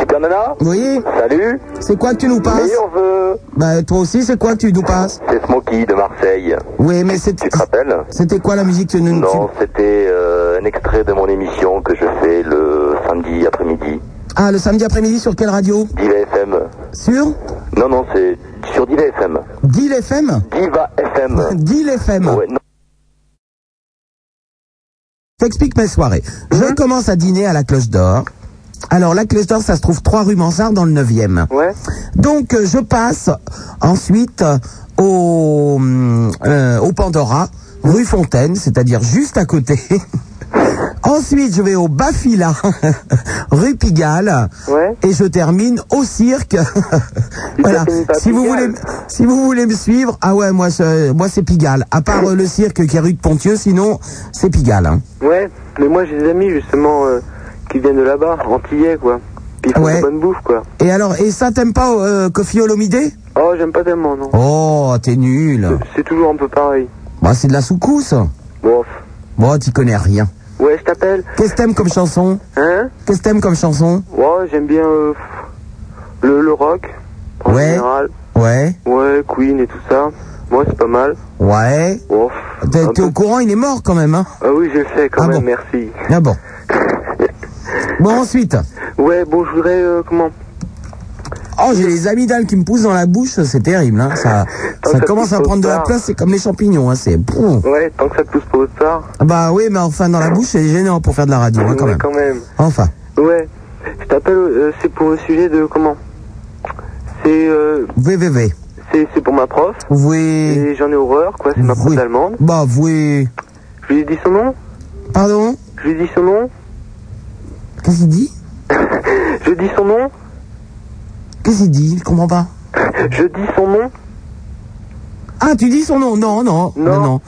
Super Nana Oui, Ah. Salut c'est quoi que tu nous passes Meilleur vœu Bah, toi aussi, c'est quoi que tu nous passes C'est Smokey de Marseille. Oui, mais c'est- Tu te rappelles c'était quoi la musique que nous... Non, tu- c'était euh, un extrait de mon émission que je fais le samedi après-midi. Ah, le samedi après-midi, sur quelle radio Diva FM. Sur Non, non, c'est sur Diva FM. Deal FM Diva FM. Deal FM Ouais, non. T'expliques mes soirées. Hein Je commence à dîner à la Cloche d'Or. Alors la Cloche d'Or, ça se trouve 3 rue Mansard dans le 9e. Ouais. Donc euh, je passe ensuite euh, au, hum, euh, au Pandora, rue Fontaine, c'est-à-dire juste à côté. ensuite je vais au Bafila, rue Pigalle. Ouais. Et je termine au cirque. voilà. finis par Si vous voulez, Pigalle. si vous voulez me suivre, ah ouais, moi, c'est- moi c'est Pigalle. À part euh, le cirque qui est rue de Pontieux, sinon c'est Pigalle. hein. Ouais, mais moi j'ai des amis justement euh, qui viennent de là-bas, antillais quoi. Puis ils font Ouais. de bonne bouffe quoi. Et alors, et ça t'aimes pas euh, Kofi Olomidé Oh, j'aime pas tellement non. Oh, t'es nul. C'est toujours un peu pareil. Bah c'est de la soukous. Bof. Bon, t'y connais rien. Ouais, je t'appelle. Qu'est-ce que t'aimes comme chanson Hein Qu'est-ce que t'aimes comme chanson Ouais, j'aime bien euh, pff, le, le rock en Ouais. général. Ouais, Ouais, Queen et tout ça. Moi, c'est pas mal. ouais. Bof. T'es Un t'es au peu- courant, il est mort quand même, hein Ah oui, je le sais quand Ah même, bon. merci. Ah bon. Bon, ensuite. Ouais, bon, je voudrais euh, comment Oh, j'ai les amygdales qui me poussent dans la bouche, c'est terrible, hein. Ça, Tant ça que Ah, ça commence pousse à pas prendre de la tard. place, c'est comme les champignons, hein. C'est. Pouh. Ouais, tant que ça te pousse pas au tard. Ah Bah oui, mais enfin, dans la bouche, c'est gênant pour faire de la radio, hein, quand Ouais, même. quand même. Enfin. Ouais, je t'appelle, euh, c'est pour le sujet de comment C'est euh, VVV. c'est c'est pour ma prof, Oui. et j'en ai horreur, quoi, c'est ma prof Oui. d'allemande. Bah, oui. Je lui ai dit son nom Pardon Je lui ai dit son nom Qu'est-ce qu'il dit Je dis son nom Qu'est-ce qu'il dit Je comprends pas. Je dis son nom Ah, tu dis son nom Non, non. Non. non, non.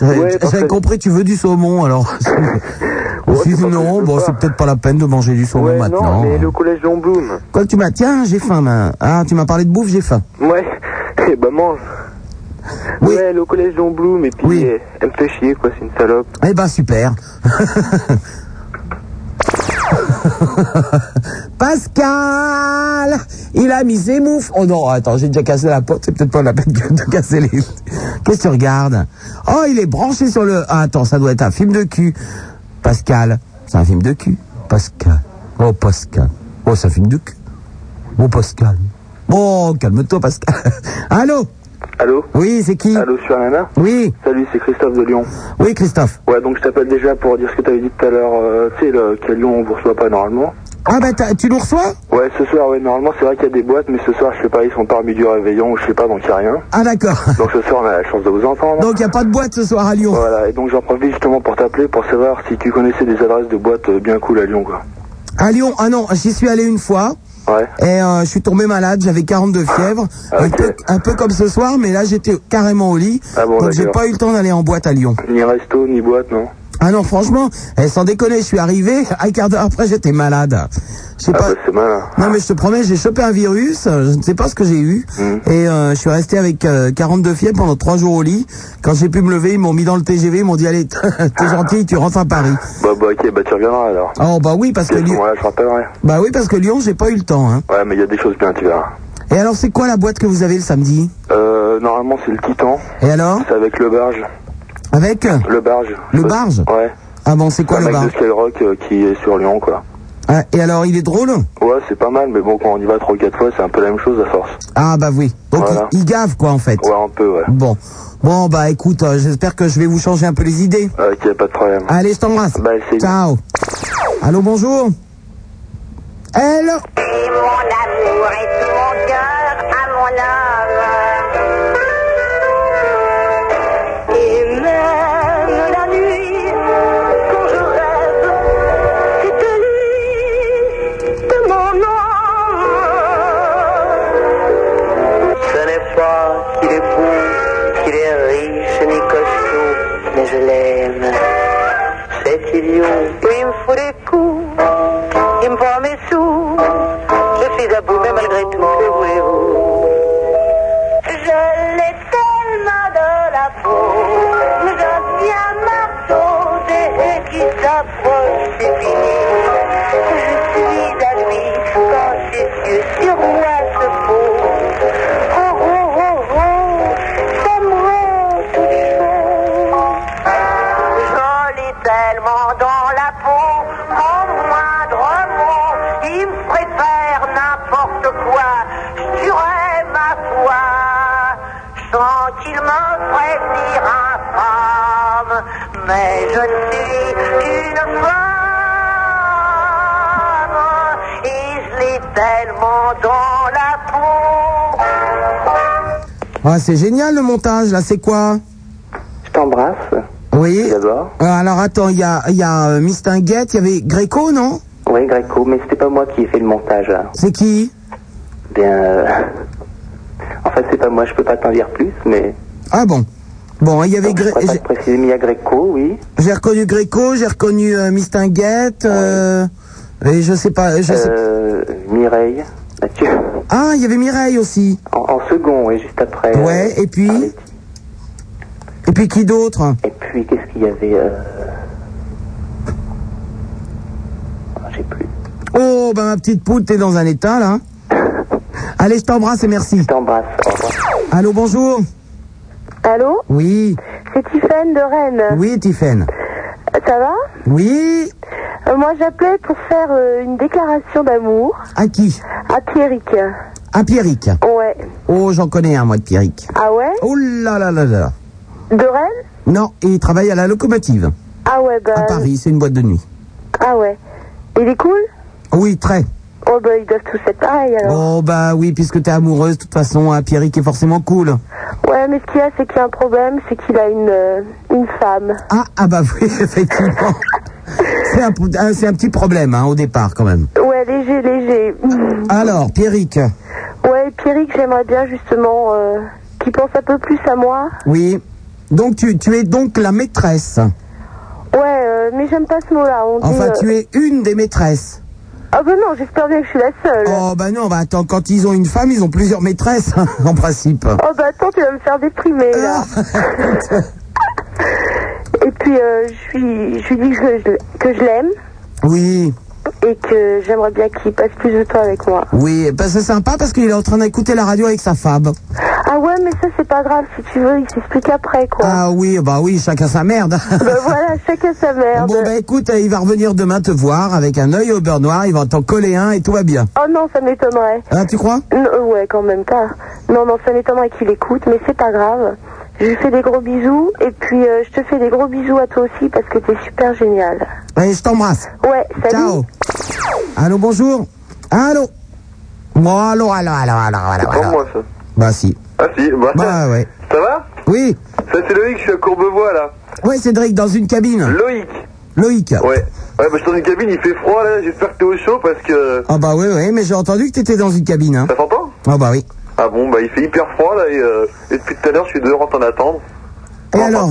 J'avais Ouais, parce j'avais que- compris, tu veux du saumon, alors. c'est si pas non, possible, bon, pas. c'est peut-être pas la peine de manger du saumon Ouais, maintenant. Euh, non, mais le collège Jean Blum. Quoi que tu m'as. Tiens, j'ai faim, ben. Ah, tu m'as parlé de bouffe, j'ai faim. Ouais, et bah mange. Oui. Ouais, le collège Jean Blum, et puis Oui. euh, elle me fait chier, quoi, c'est une salope. Eh ben, super. Pascal Il a mis ses moufles. Oh non, attends, j'ai déjà cassé la porte, c'est peut-être pas la peine que de casser les... Qu'est-ce que tu regardes Oh, il est branché sur le... Ah, attends, ça doit être un film de cul. Pascal, c'est un film de cul. Pascal. Oh, Pascal. Oh, c'est un film de cul. Oh, Pascal. Oh, calme-toi, Pascal. Allô Allô Oui, c'est qui Allô, sur Nana Oui, Salut, c'est Christophe de Lyon. oui, Christophe. Ouais, donc je t'appelle déjà pour dire ce que t'avais dit tout à l'heure, euh, tu sais, le- qu'à Lyon, on vous reçoit pas normalement. Ah, ben, t'as- tu nous reçois Ouais, ce soir, ouais, normalement, c'est vrai qu'il y a des boîtes, mais ce soir, je sais pas, ils sont parmi du réveillon ou je sais pas, donc il y a rien. Ah, d'accord. Donc ce soir, on a la chance de vous entendre. Donc il n'y a pas de boîte ce soir à Lyon. Voilà, et donc j'en profite justement pour t'appeler pour savoir si tu connaissais des adresses de boîtes euh, bien cool à Lyon, quoi. À Lyon, ah non, j'y suis allé une fois. Ouais. Et euh, je suis tombé malade, j'avais 42 fièvres, un, Ah, ok. peu, un peu comme ce soir, mais là j'étais carrément au lit, Ah bon, donc j'ai d'accord. pas eu le temps d'aller en boîte à Lyon. Ni resto, ni boîte, non Ah non, franchement, eh, sans déconner, je suis arrivé, un quart d'heure après j'étais malade. Je sais Ah pas. bah, c'est malin. Non mais je te promets, j'ai chopé un virus, euh, je ne sais pas ce que j'ai eu, Mm. et euh, je suis resté avec euh, 42 fièvres pendant trois jours au lit. Quand j'ai pu me lever, ils m'ont mis dans le TGV, ils m'ont dit allez, Ah. t'es gentil, tu rentres à Paris. Bah, bah, ok, bah, tu reviendras alors. Oh bah oui parce que Puis à ce Lyon, moment-là, je rappellerai. bah oui parce que Lyon, j'ai pas eu le temps. Hein. Ouais, mais il y a des choses bien, tu verras. Et alors, c'est quoi la boîte que vous avez le samedi Euh, normalement c'est le Titan. Et alors C'est avec le barge. Avec euh, Le barge. Le Barge Ouais. Ah bon, c'est quoi un le mec bar de Skyrock euh, qui est sur Lyon quoi. Ah, Et alors, il est drôle Ouais c'est pas mal mais bon quand on y va 3-4 fois c'est un peu la même chose à force. Ah bah oui. Donc, Voilà. il, il gave, quoi, en fait. Ouais un peu ouais. Bon. Bon, bah écoute, euh, j'espère que je vais vous changer un peu les idées. Ok pas de problème. Allez, je t'embrasse. Bah essaye. Ciao. Allô, bonjour. Hello. Et mon amour et tout mon cœur à mon âme. Et même la nuit, quand je rêve, c'est de lui, de mon âme. Ce n'est pas qu'il est beau, qu'il est riche ni costaud, mais je l'aime. C'est idiot. Il me fout des coups, il me prend mes sous. Je suis à bout, mais malgré tout, que voulez-vous Je l'ai tellement de la faute, je viens m'absenter et qui s'approche, c'est fini. Je suis à lui quand ses yeux sur moi se posent. Oh, oh, oh, oh, c'est moi toute chose. Je l'ai tellement dans la peau, en moindre mot, il me préfère n'importe quoi. Je tuerai ma foi, sans qu'il me prévenir infâme, mais je suis une femme, et je l'ai tellement dans la peau. Ah, c'est génial le montage, là, c'est quoi Je t'embrasse. Oui. D'abord. Euh, Alors, attends, il y a, il y a euh, Miss Tinguette, il y avait Gréco, non Oui Greco mais c'était pas moi qui ai fait le montage là. C'est qui Bien. euh, En fait c'est pas moi je peux pas t'en dire plus mais. Ah bon. Bon, il y avait Gré- j'ai- préciser Mia Greco oui. j'ai reconnu Gréco, j'ai reconnu euh, Miss Tinguette, euh, et je sais pas, je sais- Euh, Mireille. Mathieu. Ah, il y avait Mireille aussi. En, second et juste après. euh, Ouais, et puis Et puis qui d'autre hein Et puis, qu'est-ce qu'il y avait euh... ah, J'ai plus. Oh, bah ma petite poule, t'es dans un état, là. Allez, je t'embrasse et merci. Je t'embrasse. Au revoir. Allô, bonjour. Allô Oui, C'est Tiffany de Rennes. Euh, oui, Tiffaine. Ça va Oui, Euh, Moi, j'appelais pour faire euh, une déclaration d'amour à qui à Pierrick. À Pierrick. Ouais. Oh, j'en connais un, moi, de Pierrick. Ah ouais Oh là là là là. De Rennes Non, il travaille à la locomotive, Ah ouais, bah. à Paris, c'est une boîte de nuit. Ah ouais. Il est cool Oui, très. Oh bah, ils doivent tous être pareils alors. Oh bah oui, puisque t'es amoureuse, de toute façon, hein, Pierrick est forcément cool. Ouais, mais ce qu'il y a, c'est qu'il y a un problème, c'est qu'il a une, euh, une femme. Ah, ah bah oui, effectivement. C'est un, ah, c'est un petit problème, hein, au départ, quand même. Ouais, léger, léger. Alors, Pierrick, Ouais, Pierrick, j'aimerais bien justement euh, qu'il pense un peu plus à moi. oui. Donc, tu, tu es donc la maîtresse. Ouais, euh, mais j'aime pas ce mot-là. On dit. Enfin, euh, tu es une des maîtresses. Ah bah non, j'espère bien que je suis la seule. Oh bah non, bah attends, quand ils ont une femme, ils ont plusieurs maîtresses, hein, en principe. Oh bah attends, tu vas me faire déprimer là. Ah, écoute. Ah. Et puis euh, je lui je lui dis que je, que je l'aime oui, et que j'aimerais bien qu'il passe plus de temps avec moi. oui, bah, c'est sympa parce qu'il est en train d'écouter la radio avec sa femme. Ah ouais, mais ça c'est pas grave, si tu veux, il s'explique après quoi. Ah oui, bah oui, chacun sa merde. Bah voilà, chacun sa merde. Bon bah écoute, euh, il va revenir demain te voir avec un œil au beurre noir, il va t'en coller un et tout va bien. Oh non, ça m'étonnerait. Hein, tu crois Non, euh, ouais, quand même pas. Non, non, ça m'étonnerait qu'il écoute, mais c'est pas grave. Je lui fais des gros bisous et puis euh, je te fais des gros bisous à toi aussi parce que t'es super génial. Allez, je t'embrasse. Ouais, salut. Ciao. Allô, bonjour. Allô. Bon, allô, allô, allô, allô, allô. Pas allô. moi ça. Bah si. Ah si, bah, Bah ouais. ça va Oui. Ça c'est Loïc, je suis à Courbevoie là. Ouais, Cédric, dans une cabine. Loïc Loïc. Ouais. Ouais, bah je suis dans une cabine, il fait froid là, j'espère que t'es au chaud parce que. Ah bah oui, oui, mais j'ai entendu que t'étais dans une cabine. Hein. Ça s'entend Ah bah oui. Ah bon, bah il fait hyper froid là et, euh, et depuis tout à l'heure je suis dehors en train d'attendre. Et alors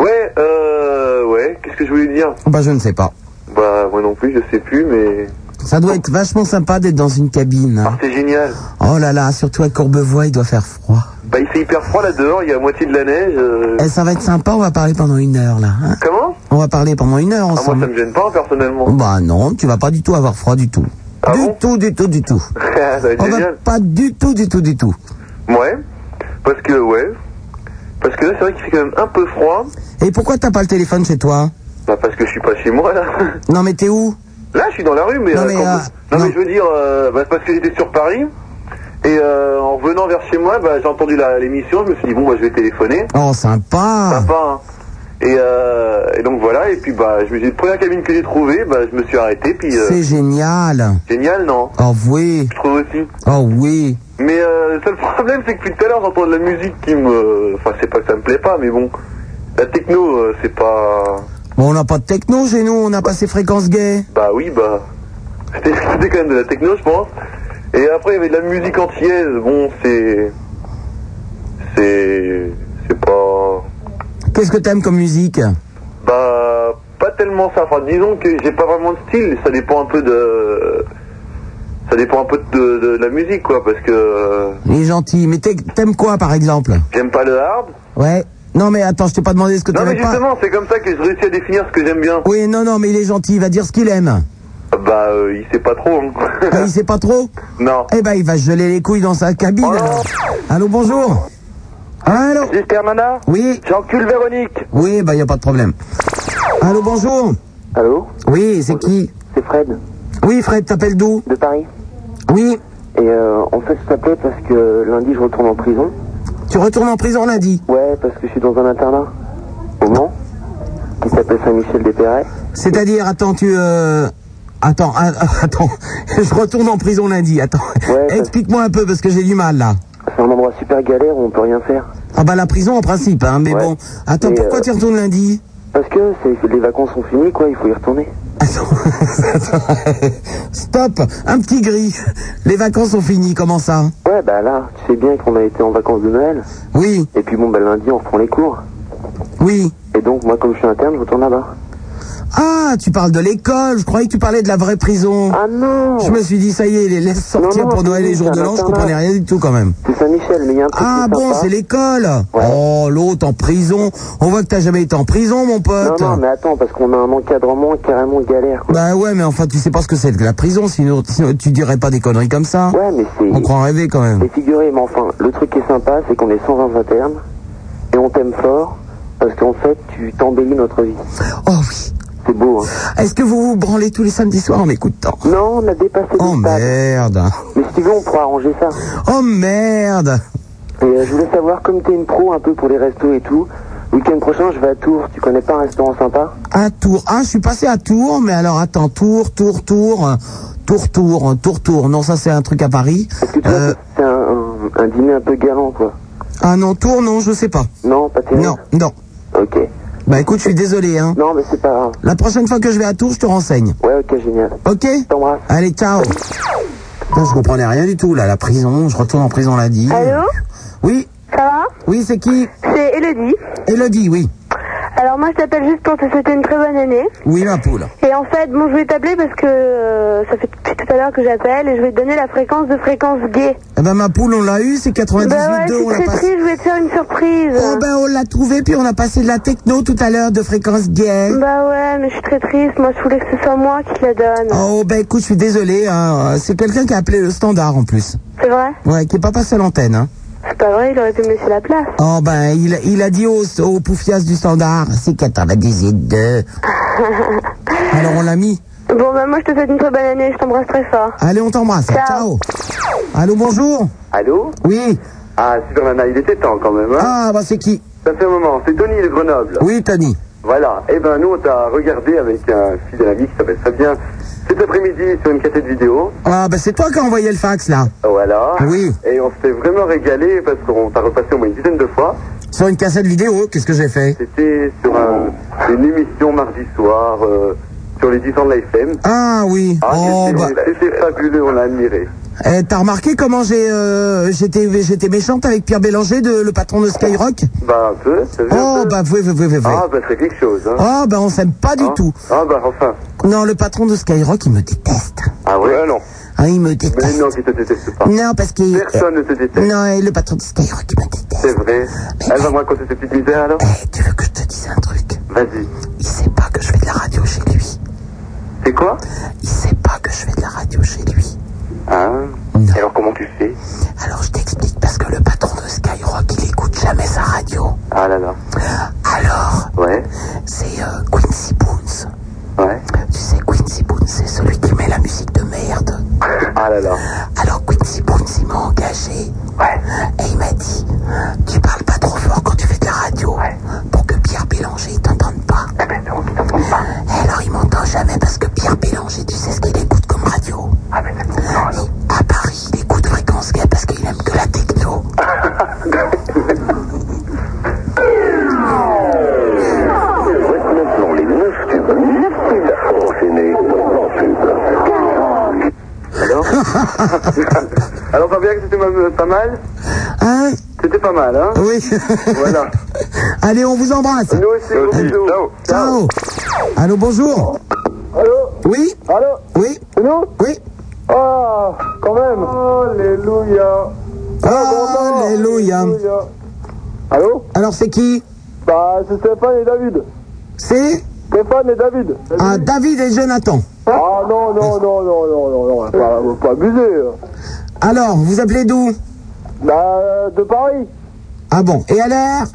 Ouais, euh. Ouais, qu'est-ce que je voulais dire Bah je ne sais pas. Bah moi non plus, je sais plus, mais. Ça doit être vachement sympa d'être dans une cabine. hein. Ah, c'est génial. Oh là là, surtout à Courbevoie, il doit faire froid. Bah il fait hyper froid là dehors, il y a moitié de la neige. euh. Eh, ça va être sympa, on va parler pendant une heure là. hein. Comment On va parler pendant une heure ah, Moi ça ensemble. me gêne pas personnellement. bah non, tu vas pas du tout avoir froid du tout. Ah du bon tout, du tout, du tout. ça va être On va génial. pas du tout, du tout, du tout. Ouais. Parce que, ouais. Parce que là, c'est vrai qu'il fait quand même un peu froid. Et pourquoi t'as pas le téléphone chez toi Bah, parce que je suis pas chez moi, là. Non, mais t'es où Là, je suis dans la rue, mais. Non, euh, mais, quand- euh, non, mais je veux dire, euh, bah, c'est parce que j'étais sur Paris. Et euh, en revenant vers chez moi, bah, j'ai entendu la- l'émission. Je me suis dit, bon, bah, je vais téléphoner. Oh, sympa Sympa, hein. Et, euh, et donc voilà, et puis bah, je me suis dit, première cabine que j'ai trouvée, bah, je me suis arrêté, puis euh, C'est génial génial, non Oh oui Je trouve aussi. Oh oui Mais euh, le seul problème, c'est que depuis tout à l'heure, j'entends de la musique qui me. Enfin, c'est pas que ça me plaît pas, mais bon. La techno, euh, c'est pas. Bon, on n'a pas de techno chez nous, on a passé fréquence gay. Bah oui, bah. C'était c'était quand même de la techno, je pense. Et après, il y avait de la musique antillaise. Bon, c'est. C'est. C'est pas. Qu'est-ce que t'aimes comme musique Bah. Pas tellement ça. Enfin, disons que j'ai pas vraiment de style. Ça dépend un peu de. Ça dépend un peu de, de- de la musique, quoi. Parce que. euh, Il est gentil, mais t'es- t'aimes quoi par exemple J'aime pas le hard. Ouais. Non mais attends, je t'ai pas demandé ce que Non, mais t'aimes pas. justement, c'est comme ça que je réussis à définir ce que j'aime bien. Oui, non, non, mais il est gentil, il va dire ce qu'il aime. Bah, euh, il sait pas trop. hein. Ah, il sait pas trop non. Eh ben, il va geler les couilles dans sa cabine. alors. Allô, bonjour Allô J'espère, Nana Oui, J'encule Véronique oui, bah, il a pas de problème. Allô, bonjour Allô Oui, c'est qui C'est Fred, Oui, Fred, t'appelles d'où de Paris. Oui, Et euh, en fait, je t'appelais parce que lundi, je retourne en prison. tu retournes en prison lundi. Ouais, parce que je suis dans un internat. Au Mans. Qui s'appelle Saint-Michel-des-Perrets. C'est-à-dire, attends, tu... Euh... Attends, ah, ah, attends, je retourne en prison lundi, attends. Ouais, ça- Explique-moi un peu, parce que j'ai du mal, là. C'est un endroit super galère où on peut rien faire. Ah bah, la prison, en principe, hein, mais bon. Attends, Et, pourquoi euh, tu retournes lundi Parce que c'est- les vacances sont finies, quoi, il faut y retourner. Attends, stop, un petit gris. Les vacances sont finies, comment ça Ouais, bah là, tu sais bien qu'on a été en vacances de Noël. Oui, Et puis bon, bah lundi, on reprend les cours. oui. Et donc, moi, comme je suis interne, je retourne là-bas. Ah, tu parles de l'école, je croyais que tu parlais de la vraie prison. Ah non Je me suis dit, ça y est, les laisse sortir Non, non, pour Noël et c'est jour de un l'an, je internat. comprenais rien du tout quand même. C'est Saint-Michel, mais il y a un truc Ah qui est bon, sympa. c'est l'école Oh, l'autre en prison. On voit que t'as jamais été en prison, mon Non, pote. non, mais attends, parce qu'on a un encadrement carrément galère, quoi. Bah ouais, mais enfin, tu sais pas ce que c'est que la prison, sinon, sinon tu dirais pas des conneries comme ça. Ouais, mais On c'est... croit rêver quand même. C'est figuré, mais enfin, le truc qui est sympa, c'est qu'on est 120 internes. Et on t'aime fort, parce qu'en fait, tu t'embellis notre vie. Oh oui. C'est beau, hein. Est-ce que vous vous branlez tous les samedis soirs en m'écoutant Non, on a dépassé le Oh stade. merde Mais si tu veux, on pourra arranger ça. Oh merde Oh. Et euh, je voulais savoir, comme t'es une pro un peu pour les restos et tout, week-end prochain, je vais à Tours. Tu connais pas un restaurant sympa À Tours. Ah, je suis passé à Tours, mais alors attends, Tours, Tours, Tours, euh, Tours, Tours, euh, Tours, Tours. Non, ça c'est un truc à Paris. Parce que tu vois, Euh, c'est un, un- un dîner un peu galant, quoi. ah non, Tours, non, je sais pas. Non, pas terrible Non, non. Ok. Bah écoute, je suis désolé, hein. Non, mais c'est pas grave. La prochaine fois que je vais à Tours, je te renseigne. Ouais, ok, génial. Ok T'embrasse. Allez, ciao Putain, Je comprenais rien du tout, là, la prison. Je retourne en prison lundi. Allô Oui, Ça va oui, c'est qui C'est Elodie. Elodie, oui. Alors moi je t'appelle juste pour te souhaiter une très bonne année. Oui, ma poule. Et en fait, bon, je voulais t'appeler parce que euh, ça fait depuis tout à l'heure que j'appelle et je vais te donner la fréquence de fréquence gay. Eh ben, ma poule, on l'a eu, c'est 98,2, bah ouais, je on l'a suis très passé. triste, je voulais te faire une surprise. Oh ben on l'a trouvé puis on a passé de la techno tout à l'heure de fréquence gay. Bah ouais, mais je suis très triste, moi je voulais que ce soit moi qui te la donne. Oh ben écoute je suis désolé hein. Euh, c'est quelqu'un qui a appelé le standard en plus. C'est vrai Ouais qui est pas passé à l'antenne. Hein. C'est pas vrai, il aurait pu me laisser la place. Oh ben il, il a dit au, au poufias du standard c'est 98,2. Ah, Alors on l'a mis. Bon bah moi je te souhaite une très bonne année, je t'embrasse très fort. Allez on t'embrasse. Ciao. Ciao. Allô bonjour. Allô Oui. Ah, Super Nana, il était temps quand même, hein Ah bah c'est qui Ça fait un moment, c'est Tony de Grenoble. Oui Tony. Voilà, et ben nous on t'a regardé avec un fidèle ami qui s'appelle Fabien cet après-midi sur une cassette vidéo. Ah bah c'est toi qui as envoyé le fax là. Voilà. Oui. Et on s'est vraiment régalé parce qu'on t'a repassé au moins une dizaine de fois. Sur une cassette vidéo qu'est-ce que j'ai fait C'était sur un- une émission mardi soir euh, sur les 10 ans de la FM. Ah oui. oh c'était bah. c'était fabuleux, on l'a admiré. Eh, T'as remarqué comment j'ai euh, j'étais j'étais méchante avec Pierre Bélanger, de, le patron de Skyrock Bah un peu, ça faisait un Oh peu. bah oui oui oui oui. oui. Ah bah c'est quelque chose, hein. Oh bah on s'aime pas du Hein tout. Ah bah enfin. Non le patron de Skyrock il me déteste. Ah ouais, non. Ah il me Mais déteste. non, tu te détestes pas. Non parce qu'il Personne ne te déteste. non et le patron de Skyrock il me déteste. C'est vrai. Ah, Elle va me raconter cette petite misère alors Eh, tu veux que je te dise un truc Vas-y. Il sait pas que je fais de la radio chez lui. C'est quoi Il sait pas que je fais de la radio chez lui. Ah. Alors comment tu fais Alors je t'explique parce que le patron de Skyrock il euh, Alors t'as bien que c'était euh, pas- pas mal Hein C'était pas mal, hein Oui. Voilà. Allez, on vous embrasse. Nous aussi, gros bisous. Ciao. Ciao. Allô, bonjour. Allô Oui Allô Oui C'est nous Oui Ah, quand même Alléluia Alléluia. Allô Alors, c'est qui Bah, c'est Stéphane et David. C'est Stéphane et David. Ah, David et Jonathan. Ah non, non, non, non, non, non, non, faut pas, faut pas abuser. hein. Alors, vous appelez d'où Bah, euh, de Paris. Ah bon, et alors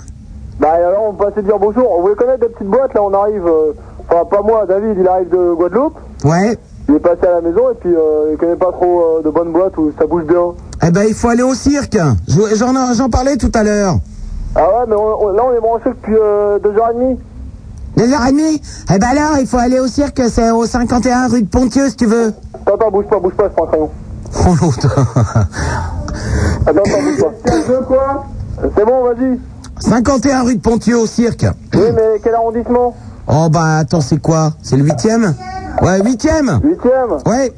Bah, et alors, on passait dire bonjour. On voulait connaître des petites boîtes, là, on arrive. euh, Enfin, pas moi, David, il arrive de Guadeloupe. Ouais. Il est passé à la maison et puis euh, il connaît pas trop euh, de bonnes boîtes où ça bouge bien. Eh ben, il faut aller au cirque. Je- J'en j'en parlais tout à l'heure. Ah ouais, mais on- on- là, on est branché depuis euh, deux heures et demie. Deux heures et demie Eh ben alors, il faut aller au cirque, c'est au 51 rue de Pontieux, si tu veux. Attends, attends, bouge pas, bouge pas, je prends un crayon. Oh l'autre. Attends, attends, bouge pas. veux quoi C'est bon, vas-y. 51 rue de Pontieux au cirque. Oui, mais quel arrondissement Oh bah attends, c'est quoi C'est le huitième Ouais, huitième Huitième Ouais.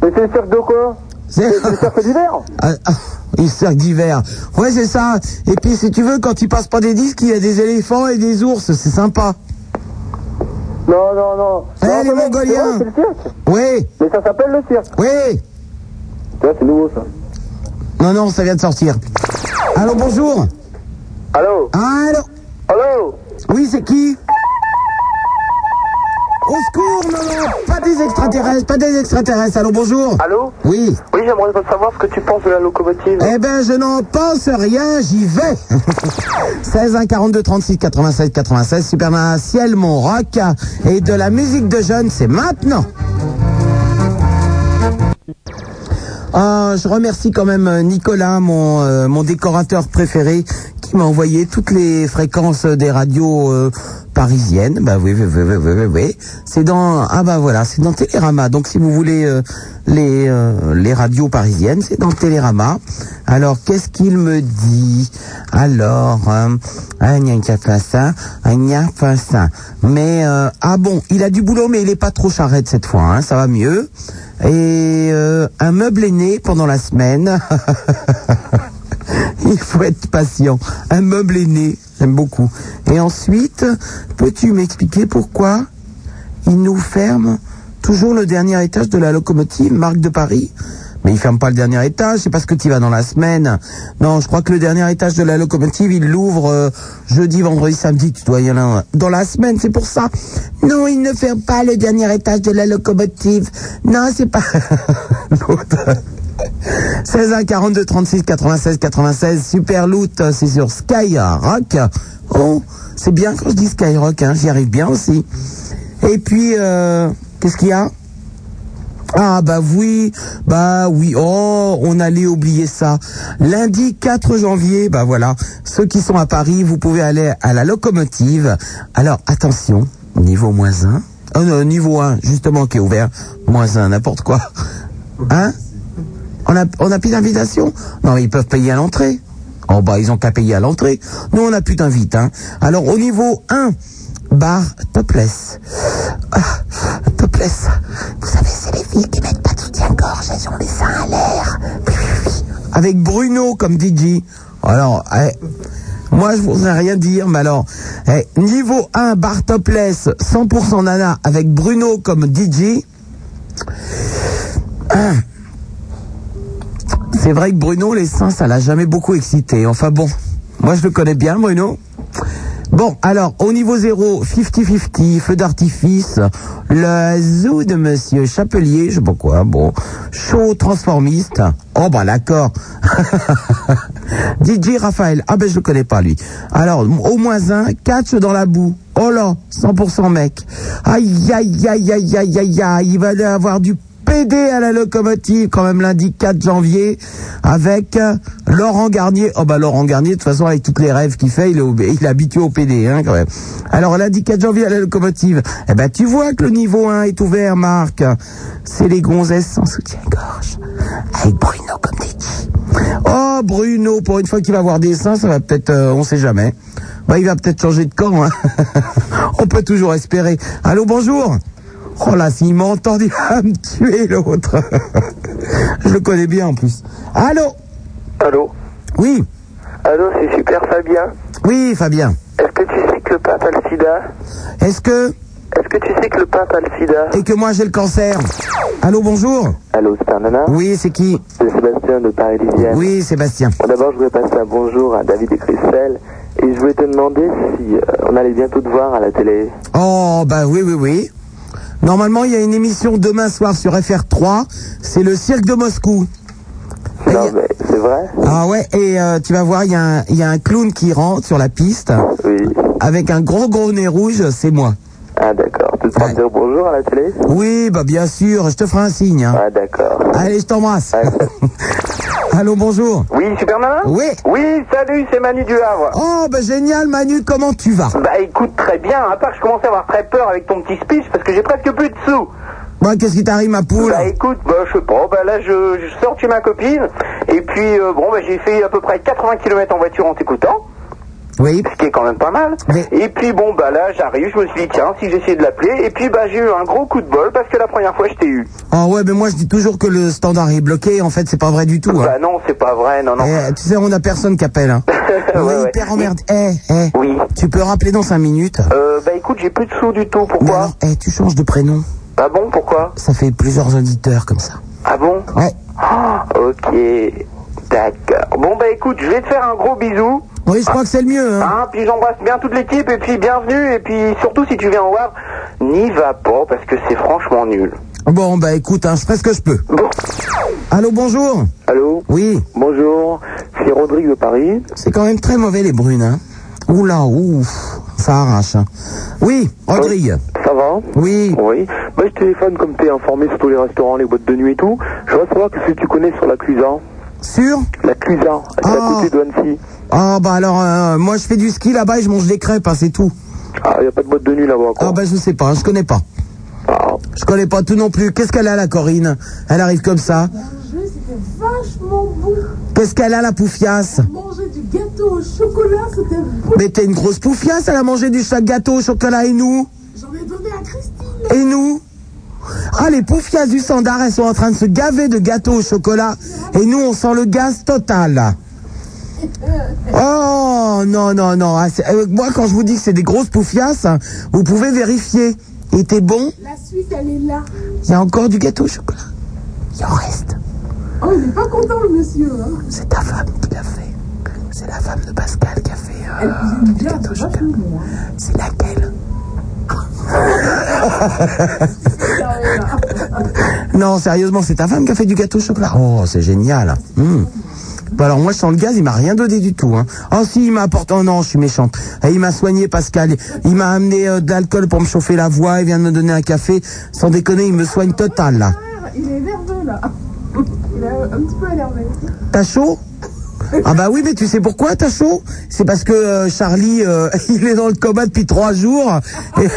Mais c'est le cirque de quoi C'est c'est le cirque d'hiver Ah, ah, Il cirque d'hiver. Ouais, c'est ça. Et puis si tu veux, quand il passe pas des disques, il y a des éléphants et des ours, c'est sympa. Non, non, non. Eh, Non, les c'est vrai, Mongoliens. C'est vrai, c'est le cirque Ouais, Mais ça s'appelle le cirque ouais. Tu vois, c'est nouveau ça. Non, non, ça vient de sortir. Allô, bonjour. Ah, Allô Allô. Allô Oui, c'est qui Au secours, non, non, pas des extraterrestres, pas des extraterrestres. Allô, bonjour. Allô Oui. Oui, j'aimerais savoir ce que tu penses de la locomotive. Eh ben, je n'en pense rien, j'y vais. 16 1 42 36 96 96, Superman Ciel, mon rock et de la musique de jeunes, c'est maintenant. Ah, je remercie quand même Nicolas, mon, euh, mon décorateur préféré, qui m'a envoyé toutes les fréquences des radios euh, parisiennes. Bah oui, oui, oui, oui, oui, oui, oui. C'est dans ah bah voilà, c'est dans Télérama. Donc si vous voulez euh, les euh, les radios parisiennes, c'est dans Télérama. Alors qu'est-ce qu'il me dit Alors euh, ah, gna, gna, pas ça, ah, gna, pas ça. Mais euh, ah bon, il a du boulot, mais il est pas trop charrette cette fois. hein, ça va mieux. Et euh, un meuble est né pendant la semaine. Il faut être patient. Un meuble est né, j'aime beaucoup. Et ensuite, peux-tu m'expliquer pourquoi il nous ferme toujours le dernier étage de la locomotive marque de Paris mais il ferme pas le dernier étage, c'est parce que tu vas dans la semaine. Non, je crois que le dernier étage de la locomotive, il l'ouvre euh, jeudi, vendredi, samedi, tu dois y aller un- dans la semaine, c'est pour ça. Non, il ne ferme pas le dernier étage de la locomotive. Non, c'est pas... L'autre. 16 1 42 36 96 96 Super Loot, euh, c'est sur Skyrock. Oh, c'est bien quand je dis Skyrock, hein, j'y arrive bien aussi. Et puis, euh, qu'est-ce qu'il y a ah bah oui, bah oui, oh, on allait oublier ça. Lundi 4 janvier, bah voilà, ceux qui sont à Paris, vous pouvez aller à la locomotive. Alors attention, niveau moins 1. Oh non, niveau 1, justement, qui est ouvert. Moins 1, n'importe quoi. Hein on a, on a plus d'invitation Non, mais ils peuvent payer à l'entrée. Oh bah ils ont qu'à payer à l'entrée. Nous on n'a plus d'invite. Hein. Alors au niveau 1, bar topless. Ah, topless. Vous savez, c'est les filles qui mettent pas de soutien-gorge, elles ont les seins à l'air. Oui, oui, oui. Avec Bruno comme DJ. Alors, eh, moi je voudrais rien dire, mais alors, eh, niveau 1, bar topless, 100% nana avec Bruno comme DJ. Ah. C'est vrai que Bruno, les seins, ça l'a jamais beaucoup excité. Enfin bon, moi je le connais bien, Bruno. Bon, alors, au niveau 0, 50-50, feu d'artifice, le zoo de Monsieur Chapelier, je sais pas quoi, bon, show transformiste, oh bah d'accord, DJ Raphaël, ah ben je le connais pas lui. Alors, au moins un, catch dans la boue, oh là, 100% mec, aïe aïe aïe aïe aïe aïe aïe, il va y avoir du PD à la locomotive quand même lundi 4 janvier avec euh, Laurent Garnier. Oh bah Laurent Garnier, de toute façon avec toutes les rêves qu'il fait, il est, ob- il est habitué au PD hein, quand même. Alors lundi 4 janvier à la locomotive, eh ben tu vois que le niveau 1 est ouvert Marc. C'est les gonzesses sans soutien-gorge. Avec Bruno comme dit. Oh Bruno, pour une fois qu'il va avoir des seins, ça va peut-être, euh, on sait jamais. Bah il va peut-être changer de camp. hein. on peut toujours espérer. Allô bonjour. Oh là, s'il m'a entendu, il va me tuer l'autre. Je le connais bien en plus. Allô Allô Oui, Allô, c'est super Fabien. oui, Fabien. Est-ce que tu sais que le pape a le sida Est-ce que. Est-ce que tu sais que le pape a le sida Et que moi j'ai le cancer. Allô, bonjour Allô, c'est un nana Oui, c'est qui C'est Sébastien de Paris Lysiane. Oui, Sébastien. D'abord, je voulais passer un bonjour à David et Christelle. Et je voulais te demander si euh, on allait bientôt te voir à la télé. Oh, bah oui, oui, oui. Normalement, il y a une émission demain soir sur FR3. C'est le cirque de Moscou. Non, mais c'est vrai Ah ouais, et euh, tu vas voir, il y, a un- il y a un clown qui rentre sur la piste. Avec un gros gros nez rouge, c'est moi. Ah, d'accord. Tu te feras dire bonjour à la télé Oui, bah bien sûr, je te ferai un signe. hein. Ah, d'accord. Allez, je t'embrasse. Allô, bonjour. Oui, super Nana Oui. Oui, salut, c'est Manu du Havre. Oh, bah génial, Manu, comment tu vas Bah écoute, très bien, à part que je commence à avoir très peur avec ton petit speech parce que j'ai presque plus de sous. Bon, Bah, qu'est-ce qui t'arrive, ma poule Bah écoute, bah je sais pas, bah là je, je sors chez ma copine et puis euh, bon bah j'ai fait à peu près 80 km en voiture en t'écoutant. Oui. Ce qui est quand même pas mal. Et puis bon bah là j'arrive, je me suis dit tiens si j'essayais de l'appeler et puis bah j'ai eu un gros coup de bol parce que la première fois je t'ai eu. Oh ouais, mais moi je dis toujours que le standard est bloqué, en fait c'est pas vrai du tout. hein. Bah non c'est pas vrai, non non. Eh, tu sais, on a personne qui appelle. Hein. On est Ouais, ouais. hyper emmerdé. Eh, eh, tu peux rappeler dans 5 minutes Euh, bah écoute j'ai plus de sous du tout, pourquoi Mais alors, eh, tu changes de prénom. Ah bon pourquoi Ça fait plusieurs auditeurs comme ça. Ah bon Oh, Ouais. ok, d'accord. Bon bah écoute, je vais te faire un gros bisou. Oui, je crois que c'est le mieux. Hein. Hein, puis j'embrasse bien toute l'équipe et puis bienvenue et puis surtout si tu viens au Havre, n'y va pas parce que c'est franchement nul. Bon, bah écoute, hein, je ferai ce que je peux. Allô, bonjour. Allô Oui. Bonjour, c'est Rodrigue de Paris. C'est quand même très mauvais les brunes. Hein. Oula, ouf, ça arrache. hein. Oui, Rodrigue. Ça va Oui. Oui. Bah, je téléphone comme t'es informé sur tous les restaurants, les boîtes de nuit et tout. Je voudrais savoir ce que tu connais sur la Clusa. Sur La Clusa, c'est Ah. à côté de Annecy. Ah bah alors, euh, moi je fais du ski là-bas et je mange des crêpes, hein, c'est tout. Ah, y a pas de boîte de nuit là-bas, quoi. Ah. Ah bah je sais pas, je connais pas. Je connais pas tout non plus. Qu'est-ce qu'elle a la Corinne Elle arrive comme ça. C'était vachement bon. Qu'est-ce qu'elle a la poufiasse Manger du gâteau au chocolat, c'était bon. Mais t'es une grosse poufiasse, elle a mangé du chaque gâteau au chocolat et nous J'en ai donné à Christine. Et nous Ah les poufiasses du Sandar, elles sont en train de se gaver de gâteaux au chocolat et nous on sent le gaz total. Euh. Oh non non non, Ah, c'est- euh, moi quand je vous dis que c'est des grosses poufiasses, hein, vous pouvez vérifier. Et t'es bon La suite, elle est là. Il y a encore du gâteau au chocolat. Il en reste. Oh, il n'est pas content, le monsieur. hein. C'est ta femme qui l'a fait. C'est la femme de Pascal qui a fait. euh, Elle cuisine bien, c'est vachement bon. hein. C'est laquelle Non, sérieusement, c'est ta femme qui a fait du gâteau au chocolat. Oh, c'est génial. Hmm. Bah alors moi, sans le gaz, il m'a rien donné du tout. Hein. Oh si, il m'a apporté... Oh non, je suis méchante. Eh, il m'a soigné, Pascal. Il m'a amené euh, de l'alcool pour me chauffer la voix. Il vient de me donner un café. Sans déconner, il me soigne total, là. Il est nerveux, là. Il est un petit peu énervé. T'as chaud ah bah oui mais tu sais pourquoi t'as chaud C'est parce que euh, Charlie euh, il est dans le coma depuis trois jours. Et-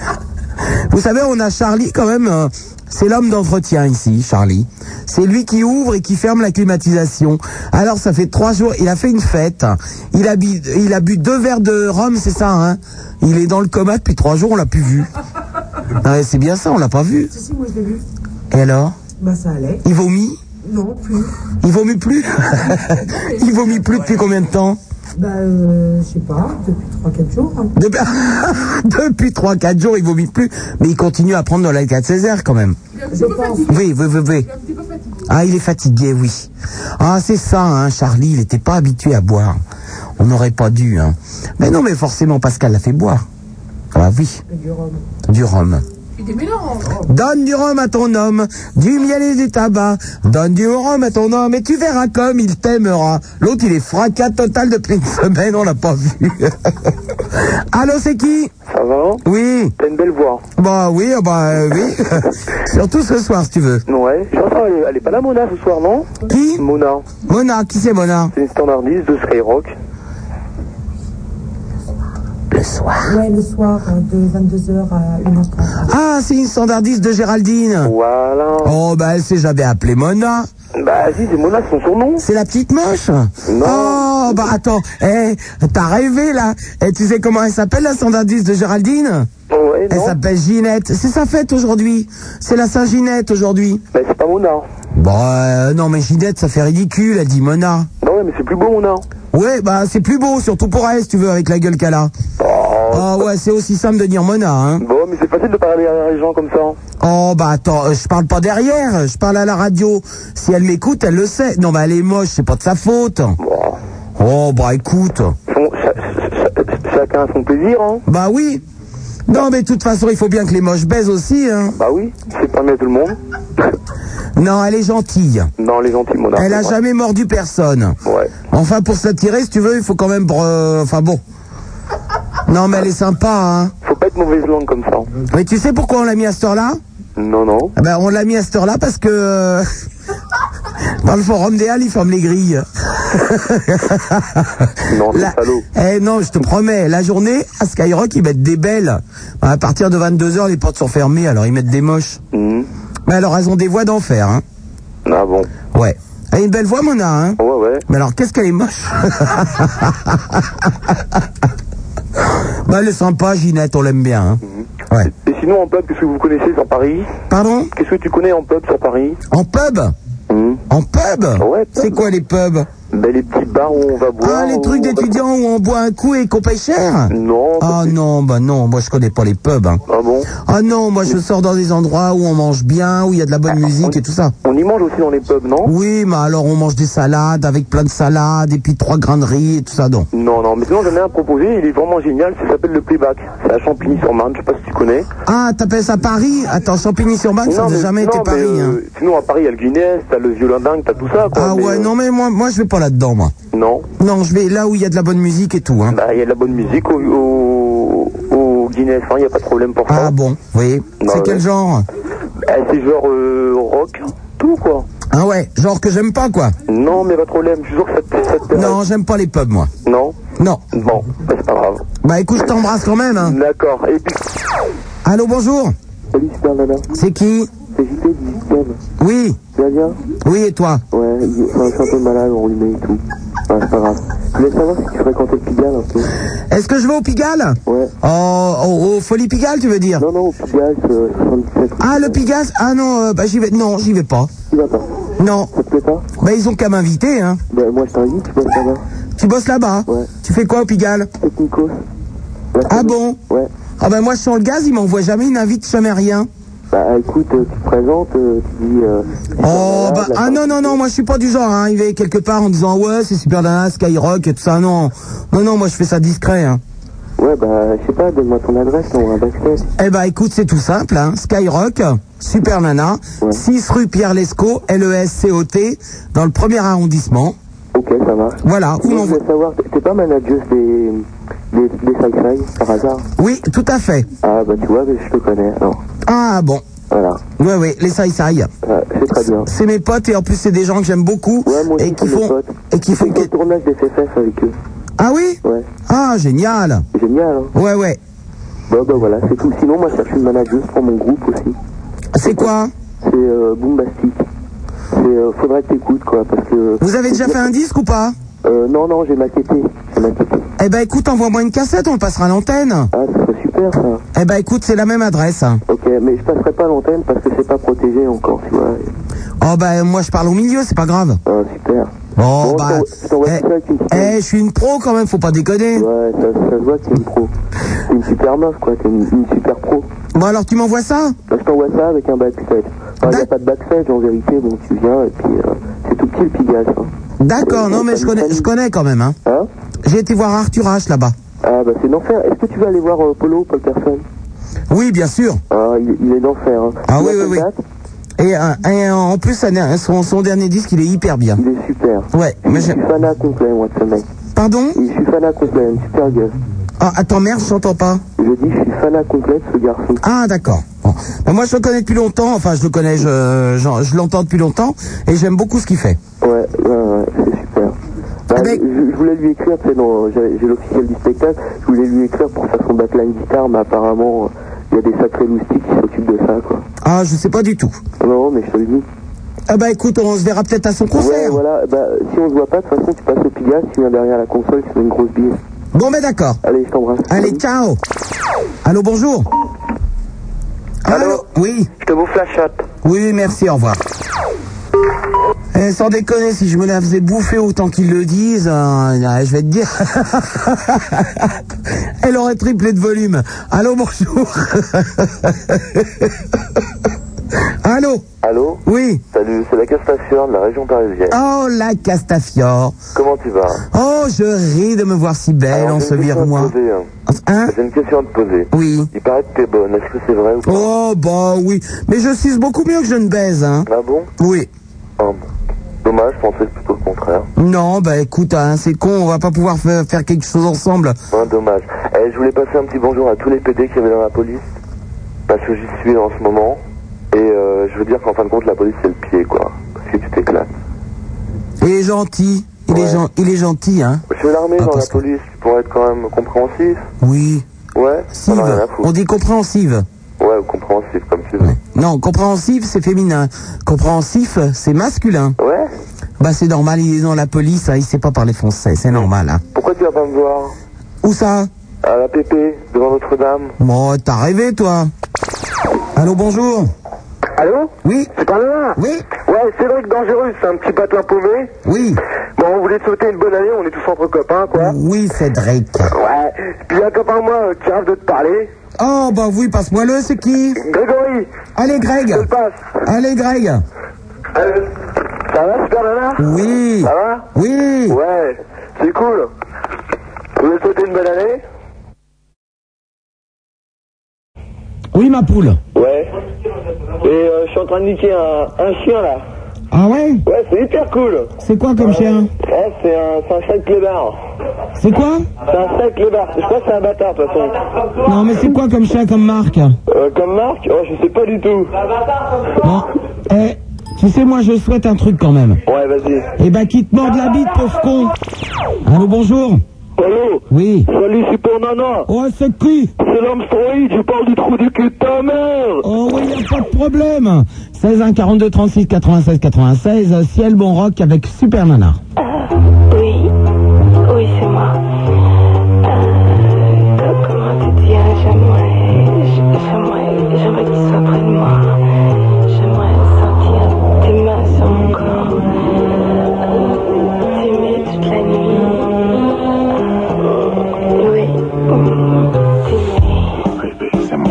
Vous savez on a Charlie quand même euh, c'est l'homme d'entretien ici Charlie. C'est lui qui ouvre et qui ferme la climatisation. Alors ça fait trois jours il a fait une fête. Il a bu, il a bu deux verres de rhum c'est ça hein. Il est dans le coma depuis trois jours on l'a plus vu. Ah, c'est bien ça on l'a pas vu. Si, si, moi, je l'ai vu. Et alors Bah, ça allait. Il vomit Non, plus. il vomit plus Il vomit plus depuis combien de temps Bah, euh, je sais pas, depuis 3-4 jours. hein. Depuis, depuis 3-4 jours, il vomit plus. Mais il continue à prendre de la 4 Césaire quand même. Je pense. Oui, oui, oui, oui. Ah, il est fatigué, oui. Ah, c'est ça, hein, Charlie, il n'était pas habitué à boire. On n'aurait pas dû. Hein. Mais non, mais forcément, Pascal l'a fait boire. Ah oui, Du rhum. du rhum. Puis des mélanges. Donne du rhum à ton homme, du miel et du tabac. Donne du rhum à ton homme et tu verras comme il t'aimera. L'autre, il est fracas total depuis une semaine, on l'a pas vu. Allô, c'est qui Ça va Oui. T'as une belle voix. Bah oui, ah bah euh, oui. Surtout ce soir, si tu veux. Ouais. Je pense qu'elle est- elle est pas là, Mona, ce soir, non Qui Mona. Mona, qui c'est Mona C'est une standardiste de Skyrock. Le soir. Ouais, le soir, euh, de 22h à 1h30. Ah, c'est une standardiste de Géraldine. Voilà. Oh, bah elle s'est jamais appelée Mona. Bah, si, c'est Mona, son surnom. C'est la petite moche Non. Oh, Oh, bah attends, eh, t'as rêvé là Et tu sais comment elle s'appelle la standardiste de Géraldine Elle s'appelle Ginette. C'est sa fête aujourd'hui. C'est la Saint-Ginette aujourd'hui. Mais c'est pas Mona. Bon, euh, non, mais Ginette, ça fait ridicule, elle dit Mona. Non, Bah ouais, mais c'est plus beau, Mona. Ouais, bah c'est plus beau, surtout pour elle, si tu veux, avec la gueule qu'elle a. Ah ouais, c'est aussi simple de dire Mona, hein. Bon, mais c'est facile de parler à les gens comme ça. Oh bah attends, euh, je parle pas derrière, je parle à la radio. Si elle m'écoute, elle le sait. Non bah elle est moche, c'est pas de sa faute. Oh bah écoute. Chacun a son plaisir, hein. Bah oui. Non mais de toute façon, il faut bien que les moches baisent aussi, hein. Bah oui, c'est pas mieux à tout le monde. Non, elle est gentille. Non, les gentils, Mona. Elle a jamais mordu personne. Ouais. Enfin, pour s'attirer, si tu veux, il faut quand même... euh, Enfin bon. Non mais elle est sympa, hein. Faut pas être mauvaise langue comme ça. Mais tu sais pourquoi on l'a mis à cette heure-là Non, non. Ah Ben, on l'a mis à cette heure-là parce que euh, dans le forum des Halles, ils ferment les grilles. Non, c'est La- salaud. Eh non, je te promets, la journée, à Skyrock, ils mettent des belles. À partir de 22h, les portes sont fermées, alors ils mettent des moches. Mais alors, elles ont des voix d'enfer, hein. Mhm. Ah bon Ouais. Elle a une belle voix, Mona, hein Ouais, ouais. Mais alors, qu'est-ce qu'elle est moche Bah, elle est sympa, Ginette, on l'aime bien, hein. Ouais. Et sinon, en pub, qu'est-ce que vous connaissez sur Paris Pardon Qu'est-ce que tu connais en pub sur Paris En pub En pub C'est quoi les pubs Ben, les petits bars où on va boire. Ah, les trucs d'étudiants où on boit un coup et qu'on paye cher Non. Ah non, bah non, moi je connais pas les pubs. hein. Ah bon Ah non, moi je sors dans des endroits où on mange bien, où il y a de la bonne musique et tout ça. On y mange aussi dans les pubs, non Oui, mais alors on mange des salades avec plein de salades et puis trois grains de riz et tout ça, non. Non, non, mais sinon j'en ai un proposé, il est vraiment génial, ça s'appelle le Playback. C'est à Champigny-sur-Marne, je sais pas si tu connais. Ah, t'appelles ça Paris Attends, Champigny-sur-Marne, ça Non, n'a mais- jamais non, été mais, Paris. hein. euh, Sinon à Paris, il y a le Guinness, t'as le violon dingue, t'as tout ça, quoi. Ah mais, ouais, non mais moi, moi je vais pas là-dedans, moi. euh, Non. Non, je vais là où il y a de la bonne musique et tout. Hein. Bah, il y a de la bonne musique au, au, au Guinness, hein, il y a pas de problème pour ça. Ah bon, oui. Bah, C'est quel ouais. genre Bah, c'est genre euh, rock, tout, quoi. Ah ouais, genre que j'aime pas quoi. Non, mais pas de problème, je suis sûr que ça te, ça te- Non, j'aime pas les pubs, moi. Non Non. Bon, bah, c'est pas grave. Bah écoute, je t'embrasse quand même. Hein. D'accord, et puis... Allô, bonjour. Salut, super nana. C'est qui C'est JP du système. Oui. Ah. Tu vas bien Oui, et toi Ouais, je je suis un peu malade, enrhumé et tout. Ouais, c'est pas grave. Je voulais savoir si tu fréquentais le Pigalle un peu. Est-ce que je vais au Pigalle Ouais. Oh, au, au Folie Pigalle, tu veux dire Non, non, au Pigalle, euh, 77. Ah, le Pigasse Ah non, euh, bah j'y vais. Non, j'y vais pas. Tu vas pas Non. Ça te plaît pas Bah ils ont qu'à m'inviter, hein. Bah, moi je t'invite, tu bosses là-bas. Tu bosses là-bas hein Ouais. Tu fais quoi au Pigalle Technicos. Ah bon Ouais. Ah bah moi sur le gaz, ils m'envoient jamais une invite, jamais rien. Bah, écoute, euh, tu te présentes, euh, tu dis. Euh, Oh bah ah non non non moi je suis pas du genre à arriver quelque part en disant ouais c'est super nana Skyrock et tout ça non non non moi je fais ça discret hein. ouais, bah, je sais pas, donne-moi ton adresse, on va backstage. Eh ben écoute, c'est tout simple, hein. Skyrock, Super Nana, 6 rue Pierre E Lescot, L-E-S-C-O-T, dans le premier arrondissement. Ok, ça marche. Voilà, où Sinon, l'on je voulais savoir, t'es- t'es pas manager des. des, des sci-fi, par hasard Oui, tout à fait. Ah, bah, tu vois, je te connais, alors. Ah bon. Voilà. Ouais ouais, les saïsaï. Ouais, c'est très bien. C'est mes potes et en plus c'est des gens que j'aime beaucoup et qui font et qui font Quel tournage des FFF avec eux Ah oui Ouais. Ah génial. Génial, hein Ouais ouais. Bah, bah voilà, c'est tout. Sinon, moi, je cherche une manageuse pour mon groupe aussi. C'est quoi C'est euh, Boombastic. C'est, euh, faudrait que t'écoutes, quoi, parce que... Vous avez déjà fait un disque ou pas Euh, non, non, j'ai maquetté. J'ai maquetté. Eh ben écoute, envoie-moi une cassette, on le passera à l'antenne. Ah, ça serait super, ça. Eh ben écoute, c'est la même adresse. hein. Ok, mais je passerai pas à l'antenne parce que c'est pas protégé encore, tu vois. Oh ben moi je parle au milieu, c'est pas grave. Ah, super. Bon, Bon, bah, je t'envoie eh, tout ça avec une petite- eh, je suis une pro quand même, faut pas déconner. Ouais, ça, ça se voit que t'es une pro. T'es une super meuf, quoi. T'es une, une super pro. Bon, alors tu m'envoies ça Là, je t'envoie ça avec un backstage. Enfin, y a pas de backstage, en vérité. Bon, tu viens, et puis... euh, c'est tout petit, le Pigalle, ça. D'accord, non mais je connais, je connais quand même. Hein. Hein J'ai été voir Arthur H là-bas. Ah, bah, c'est d'enfer. Est-ce que tu vas aller voir euh, Polo, Paul Person Oui, bien sûr. Ah, il, il est d'enfer, hein. Ah Il oui, a oui, quelle oui. date Et, euh, et, euh, en plus, sa der- son, son dernier disque, il est hyper bien. Il est super. Ouais, mais je j'ai- suis fan à complet, moi, de ce mec. Pardon Je suis fan à complet, une super gueule. Ah, attends, merde, je t'entends pas. Je dis, je suis fan à complet de ce garçon. Ah, d'accord. Bon. Ben, moi, je le connais depuis longtemps. Enfin, je le connais, je, je, je l'entends depuis longtemps. Et j'aime beaucoup ce qu'il fait. Ouais, ouais, ouais, c'est super. Bah, Eh ben, je, je voulais lui écrire, tu sais, dans- j'ai j'ai l'officiel du spectacle, je voulais lui écrire pour faire son backline guitare, mais apparemment, euh, il y a des sacrés loustiques qui s'occupent de ça, quoi. Ah, je sais pas du tout. Non, mais je te le dis. Ah bah écoute, on se verra peut-être à son Ouais, concert. voilà, bah, si on se voit pas, de toute façon, tu passes au Pigasse, tu viens derrière la console, tu fais une grosse bille. Bon, ben d'accord. Allez, je t'embrasse. Allez, ciao. Allô, bonjour. Allô, Oui. Je te bouffe la chatte. Oui, merci, au revoir. Eh, sans déconner, si je me la faisais bouffer autant qu'ils le disent, euh, euh, je vais te dire, elle aurait triplé de volume. Allô, bonjour. Allô Allô Oui. Salut, c'est la Castafiore de la région parisienne. Oh, la Castafiore. Comment tu vas Oh, je ris de me voir si belle en ce moi. miroir. hein. J'ai une question à te poser. hein Oui. Il paraît que t'es bonne, est-ce que c'est vrai ou pas Oh, bah oui. Mais je suce beaucoup mieux que je ne baise, hein. Ah bon Oui. Oh, Dommage, je pensais plutôt le contraire. Non, bah écoute, hein, c'est con, on va pas pouvoir fa- faire quelque chose ensemble. Hein, dommage. Eh, je voulais passer un petit bonjour à tous les PD qui avaient dans la police, parce que j'y suis en ce moment, et euh, je veux dire qu'en fin de compte, la police, c'est le pied, quoi. Parce que tu t'éclates. Il est gentil. Il, est, gen- il est gentil, hein. Je suis l'armée dans la police, tu pourrais être quand même compréhensif. Oui. Ouais, Sive. On dit compréhensive. Ouais, ou compréhensif, comme tu veux. Non, compréhensive, c'est féminin. Compréhensif, c'est masculin. Ouais. Bah c'est normal, il est dans la police, hein, il sait pas parler français, c'est normal. Hein. Pourquoi tu vas pas me voir Où ça À la PP, devant Notre-Dame. Bon, t'as rêvé, toi. Allô, bonjour. Allô Oui C'est par là Oui Ouais, Cédric Dangereux, c'est un petit patelin paumé. Oui. Bon, on voulait te souhaiter une bonne année, on est tous entre copains, quoi. Oui, Cédric. Ouais. Puis il y a un copain, à moi, euh, qui rêve de te parler. Oh, bah oui, passe-moi le, c'est qui Grégory Allez, Greg Je te le passe. Allez, Greg Allô Euh, Ça va, super nana Oui. Ça va Oui. Ouais, c'est cool. On voulait te souhaiter une bonne année. Oui, ma poule. Ouais. Et euh, je suis en train de niquer un, un chien, là. Ah ouais Ouais, c'est hyper cool. C'est quoi comme chien Ouais, c'est un, c'est un sac clébard. C'est quoi C'est un sac clébard. Je crois que c'est un bâtard, de toute façon. Non, mais c'est quoi comme chien, comme marque Euh, comme marque Oh, je sais pas du tout. Bon, eh, tu sais, moi, je souhaite un truc quand même. Ouais, vas-y. Eh ben, qui te morde la bite, pauvre con Allô, bonjour Allô Oui Salut, super nana Oh, c'est qui C'est l'Amstroïde, je parle du trou du cul de ta mère Oh oui, y a pas de problème 16 1 42 36 96 96, euh, Ciel Bon Rock avec Super Nana. Euh, Oui, oui, c'est moi. Euh, comment te dire, j'aimerais, j'aimerais, j'aimerais qu'il soit près de moi. J'aimerais sentir tes mains sur mon corps, euh, t'aimer toute la nuit. Euh, oui, t'aimer.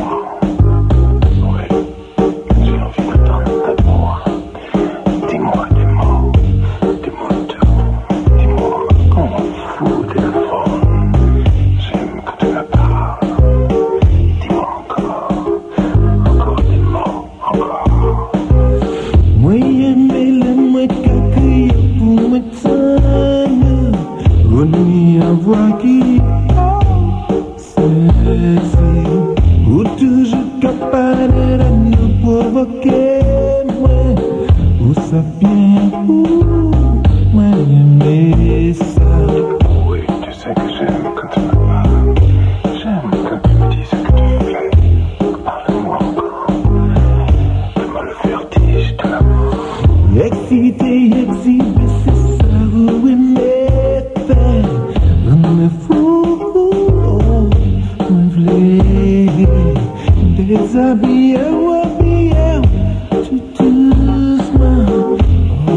Excité, exhibé, c'est ça, oui, mais faire un effort, me voulez déshabiller ou habiller tout doucement. Oh,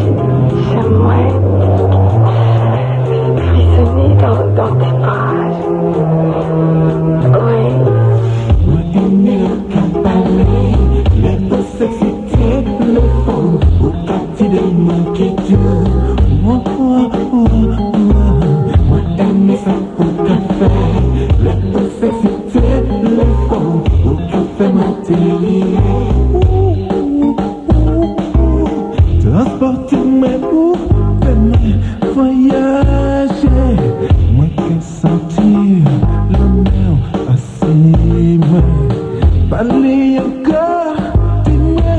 J'aimerais prisonnier dans, dans tes bras. Oui. Transporte-moi pour t'aimer, voyager. Moi que sentir le mien assez moi. Parler encore de moi,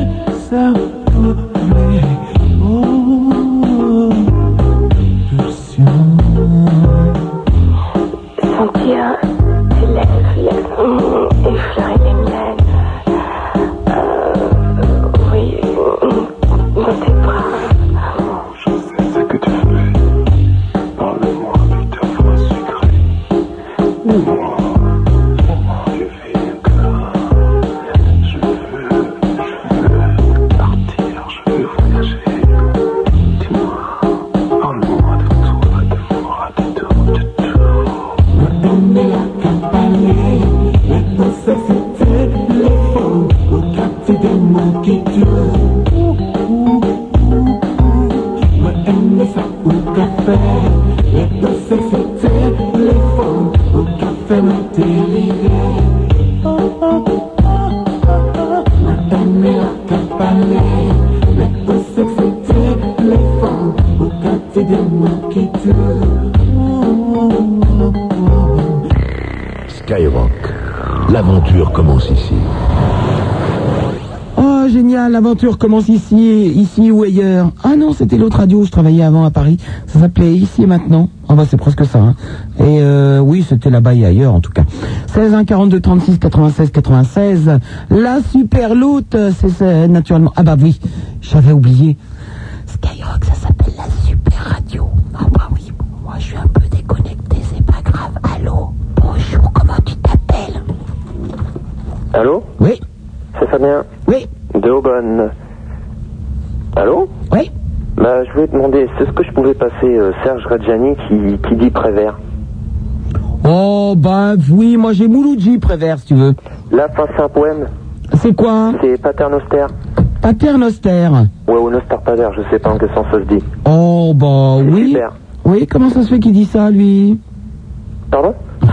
ça vous plaît. Oh, Sentir tes lèvres Yann, mm, effleurer les miennes. Euh, oui, mm, dans tes bras. Skyrock. L'aventure commence ici. Oh, génial, l'aventure commence ici, ici ou ailleurs. Ah non, c'était l'autre radio où je travaillais avant à Paris. Ça s'appelait Ici et Maintenant. Ah bah c'est presque ça. hein. Et euh, oui, c'était là-bas et ailleurs en tout cas. 16 1 42 36 96 96. La super loot, c'est c'est naturellement. Ah bah oui, j'avais oublié. Skyrock, ça s'appelle la super radio. Ah bah oui, moi je suis un peu déconnecté, c'est pas grave. Allô, bonjour, comment tu t'appelles Allô Oui. C'est Fabien Oui. De Aubonne. Allô Oui Bah, je voulais demander, c'est ce que je pouvais passer euh, Serge Radjani qui, qui dit Prévert Oh bah oui, moi j'ai Mouloudji Prévert si tu veux. Là, enfin, c'est un poème. C'est quoi C'est Paternoster. Paternoster. Ouais, ou Noster Pater, je sais pas en quel sens ça se dit. Oh bah oui. super. Oui, comment ça se fait qu'il dit ça lui Pardon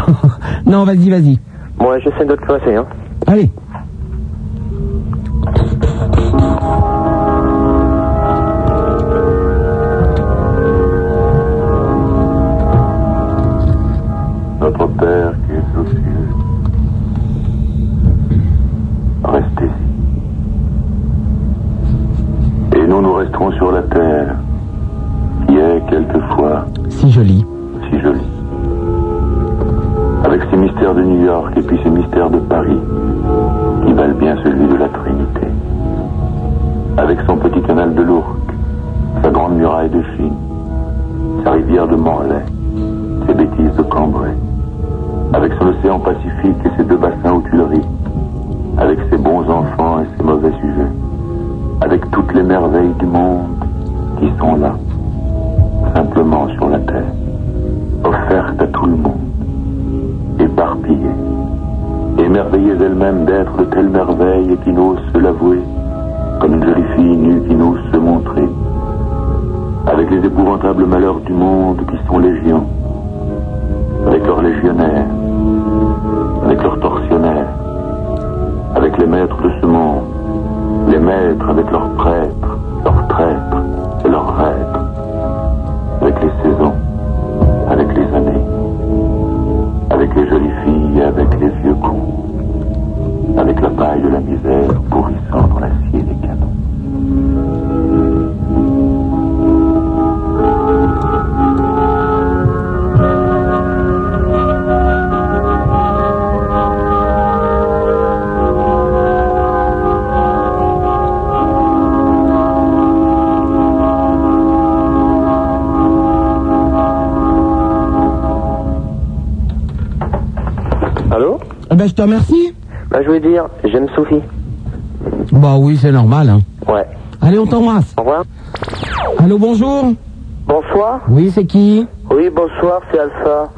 Non, vas-y, vas-y. Bon, ouais, j'essaie de te passer, hein. Allez. Notre Père qui es aux cieux, restez-y. Et nous, nous resterons sur la terre, qui est quelquefois Si joli. si jolie. Avec ses mystères de New York et puis ses mystères de Paris, qui valent bien celui de la Trinité. Avec son petit canal de l'Ourcq, sa grande muraille de Chine, sa rivière de Morlaix, ses bêtises de Cambrai. Avec son océan Pacifique et ses deux bassins aux Tuileries. Avec ses bons enfants et ses mauvais sujets. Avec toutes les merveilles du monde qui sont là, simplement sur la terre offerte à tout le monde, éparpillée, émerveillée elle-même d'être de telles merveilles et qui n'ose se l'avouer, comme une jolie fille nue qui n'ose se montrer, avec les épouvantables malheurs du monde qui sont légions, avec leurs légionnaires, avec leurs tortionnaires, avec les maîtres de ce monde, les maîtres avec leurs prêtres, leurs traîtres et leurs reîtres, avec les saisons, avec les années, avec les jolies filles, avec les vieux cons, avec la paille de la misère pourrissant dans l'acier des canons. Allô Eh ben je te remercie. Eh ben, Bah, je voulais dire, j'aime Sophie. Oh, Bah oui, c'est normal. hein. Ouais. Allez, on t'embrasse. Au revoir. Allô, bonjour Bonsoir. Oui, c'est qui Oui, bonsoir, c'est Alpha.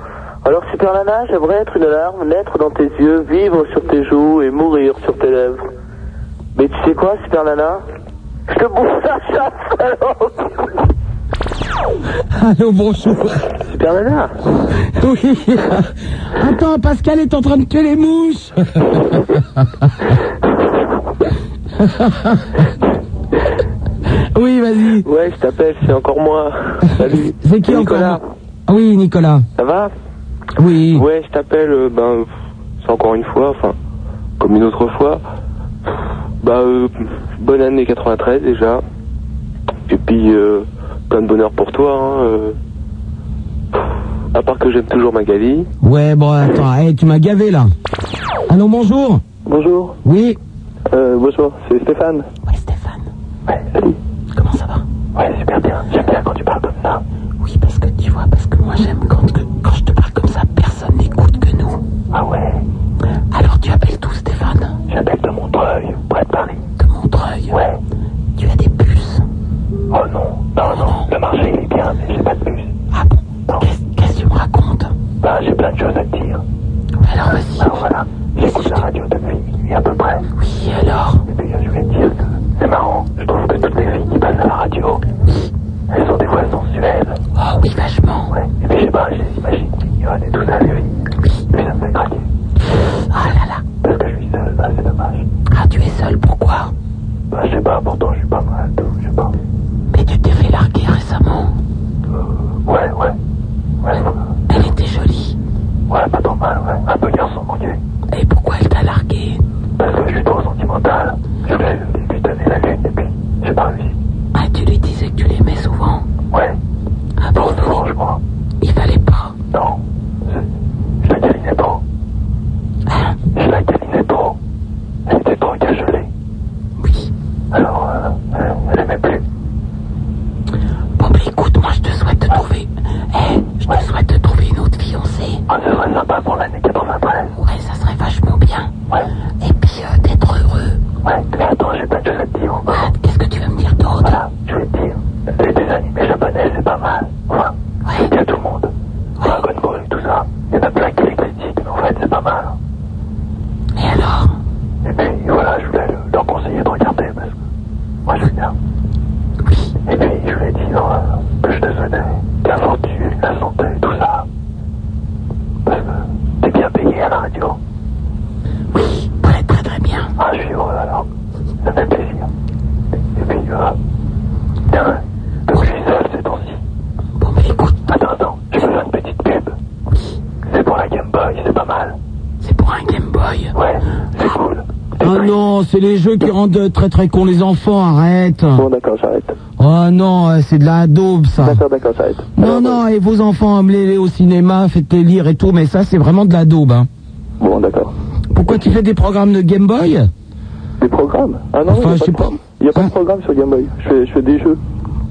Alors, Super Nana, j'aimerais être une larme, naître dans tes yeux, vivre sur tes joues et mourir sur tes lèvres. Mais tu sais quoi, Super Nana Je te bouffe la chatte, alors Allô, bonjour. Super Nana Oui. Attends, Pascal est en train de tuer les mouches. Oui, vas-y. Ouais, je t'appelle, c'est encore moi. Salut. C'est qui Nicolas. encore Ah Oui, Nicolas. Ça va Oui. Ouais, je t'appelle, euh, ben, c'est encore une fois, enfin, comme une autre fois. Bah, euh, bonne année 93 déjà. Et puis, euh, plein de bonheur pour toi. Hein, euh. À part que j'aime toujours Magali. Ouais, bon, attends, hey, tu m'as gavé là. Allô, bonjour. Bonjour. Oui. Euh, bonjour, c'est Stéphane. Oh Bah, bah, hein, Ah non, c'est les jeux qui rendent très très cons les enfants, arrête. Bon, d'accord, j'arrête. Oh non, euh, c'est de la daube ça. D'accord, d'accord, j'arrête. euh, Non, non, et vos enfants, amenez-les au cinéma, faites-les lire et tout, mais ça c'est vraiment de la daube. Hein. Bon, d'accord. Pourquoi tu fais des programmes de Game Boy Des programmes Ah non, Enfin, il n'y a, je pas sais Hein de pro- il y a pas de programme sur Game Boy. Je fais, je fais des jeux.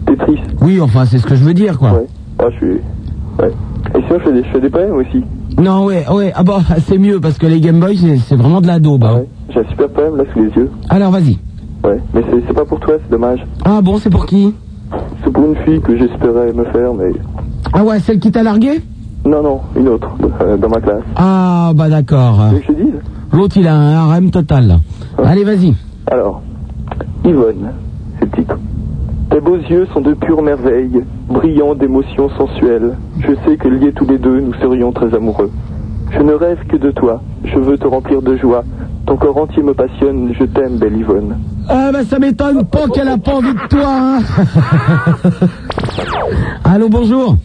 Tetris. Oui, enfin, c'est ce que je veux dire, quoi. Ouais. Ah, je suis. Ouais. Et sinon, je fais des, je fais des poèmes aussi. Non, ouais, ouais, ah bah c'est mieux parce que les Game Boy c'est- c'est vraiment de la daube. hein. J'ai un super poème là sous les yeux. Alors vas-y. Ouais. Mais c'est- c'est pas pour toi, c'est dommage. Ah bon, c'est pour qui C'est pour une fille que j'espérais me faire, mais. Ah ouais, celle qui t'a largué Non, non, une autre, euh, dans ma classe. Ah bah d'accord. L'autre il a un harem total. Allez, vas-y. Alors, Yvonne, c'est le titre. Tes beaux yeux sont de pures merveilles, brillants d'émotions sensuelles. Je sais que liés tous les deux, nous serions très amoureux. Je ne rêve que de toi, je veux te remplir de joie. Ton corps entier me passionne, je t'aime, belle Yvonne. Ah bah ça m'étonne pas qu'elle a pas envie de toi. hein. Allô, bonjour.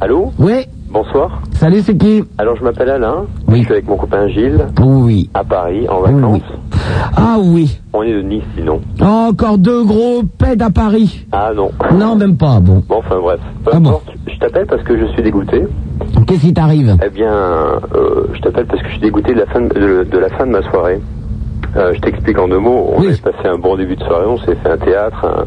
Allô Oui. Bonsoir. Salut, c'est qui Alors, je m'appelle Alain. Je suis avec mon copain Gilles. Oui. À Paris, en vacances. Ah oui. On est de Nice, sinon. Encore deux gros pèdes à Paris. Ah non. Non, même pas. Bon, Bon, enfin bref. Peu importe, je t'appelle parce que je suis dégoûté. Ah qu'est-ce qui t'arrive Eh bien, euh, je t'appelle parce que je suis dégoûté de la fin de, de- de la fin de ma soirée. Euh, je t'explique en deux mots. On a passé un bon début de soirée, on s'est fait un théâtre, un,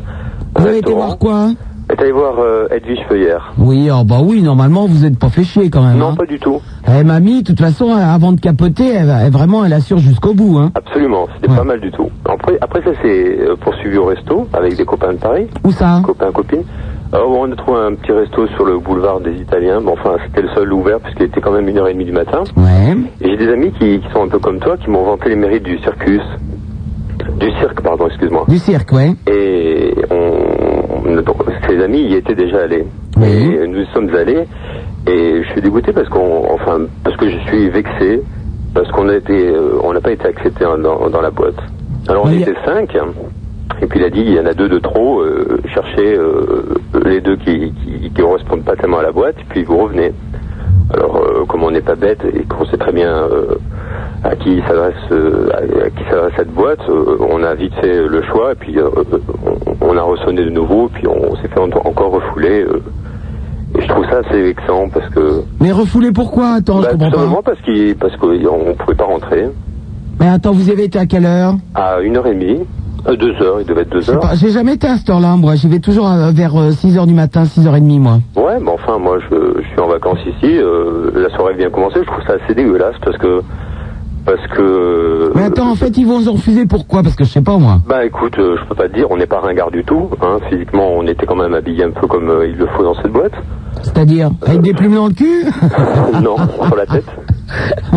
un Vous avez été restaurant. voir quoi hein est allé voir euh, Edwige Feuillère. Oui, oh bah oui, normalement, vous n'êtes pas fait chier quand même. Non, hein. pas du tout. Eh, mamie, de toute façon, elle- avant de capoter, elle, elle- vraiment, elle assure jusqu'au bout. Hein. Absolument, c'était pas mal du tout. Après, après ça, c'est euh, poursuivi au resto avec des copains de Paris. Où Hein. ça Copains, copines. Alors, on a trouvé un petit resto sur le boulevard des Italiens. Bon, enfin, c'était le seul ouvert puisqu'il était quand même 1h30 du matin. Et j'ai des amis qui, qui sont un peu comme toi, qui m'ont vanté les mérites du circus. Du cirque, pardon, excuse-moi. Du cirque, ouais. Et on, on- donc, ses amis y étaient déjà allés. Et nous y sommes allés. Et je suis dégoûté parce qu'on, enfin, parce que je suis vexé parce qu'on a été, euh, on n'a pas été accepté hein, dans, dans la boîte. Alors on était cinq. hein. Et puis il a dit, il y en a deux de trop. euh, cherchez euh, les deux qui, qui, qui correspondent pas tellement à la boîte. Puis vous revenez. Alors euh, comme on n'est pas bête et qu'on sait très bien euh, à qui s'adresse euh, à, à qui s'adresse cette boîte, euh, on a vite fait le choix et puis euh, euh, on, on a ressonné de nouveau, puis on s'est fait en- encore refouler. euh. et je trouve ça assez vexant parce que Mais refoulé pourquoi Attends, bah, je tout comprends pas. simplement parce qu'il parce qu'on pouvait pas rentrer Mais attends, vous y avez été à quelle heure à une heure et demie, euh, deux heures, il devait être deux Je sais heures. pas, J'ai jamais été à cette heure-là, moi. J'y vais toujours euh, vers 6h du matin, 6h30, moi. Ouais, mais enfin, moi, je, je suis en vacances ici. euh, la soirée vient commencer. Je trouve ça assez dégueulasse parce que parce que Mais attends, en fait, ils vont vous refuser pourquoi Parce que je sais pas, moi. Bah écoute, euh, je peux pas te dire, on n'est pas ringard du tout. Hein. Physiquement, on était quand même habillé un peu comme euh, il le faut dans cette boîte. C'est-à-dire Avec des plumes dans le cul non, sur la tête.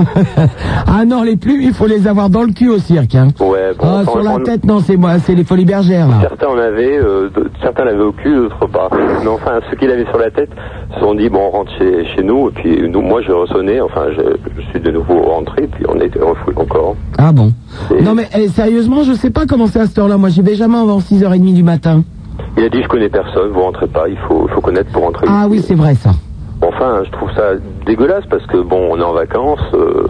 Ah non, les plumes, il faut les avoir dans le cul au cirque. Hein. Ouais, bon, Ah, enfin, sur la on- tête, non, Ah. c'est moi, c'est les folies bergères, là. Certains en avaient, euh, d'autres- certains l'avaient au cul, d'autres pas. Mais enfin, ceux qui l'avaient sur la tête se sont dit bon, on rentre chez, chez nous. Et puis nous, moi, je ressonnais. Enfin, je, je suis de nouveau rentré. Puis on a été refoulé encore. Ah bon Et Non, mais eh, sérieusement, je sais pas comment c'est à cette heure-là. Moi, j'y vais jamais avant 6h30 du matin. Il a dit je connais personne, vous rentrez pas. Il faut, faut connaître pour rentrer. Ah oui, c'est vrai, ça. Enfin, je trouve ça dégueulasse parce que bon, on est en vacances, euh,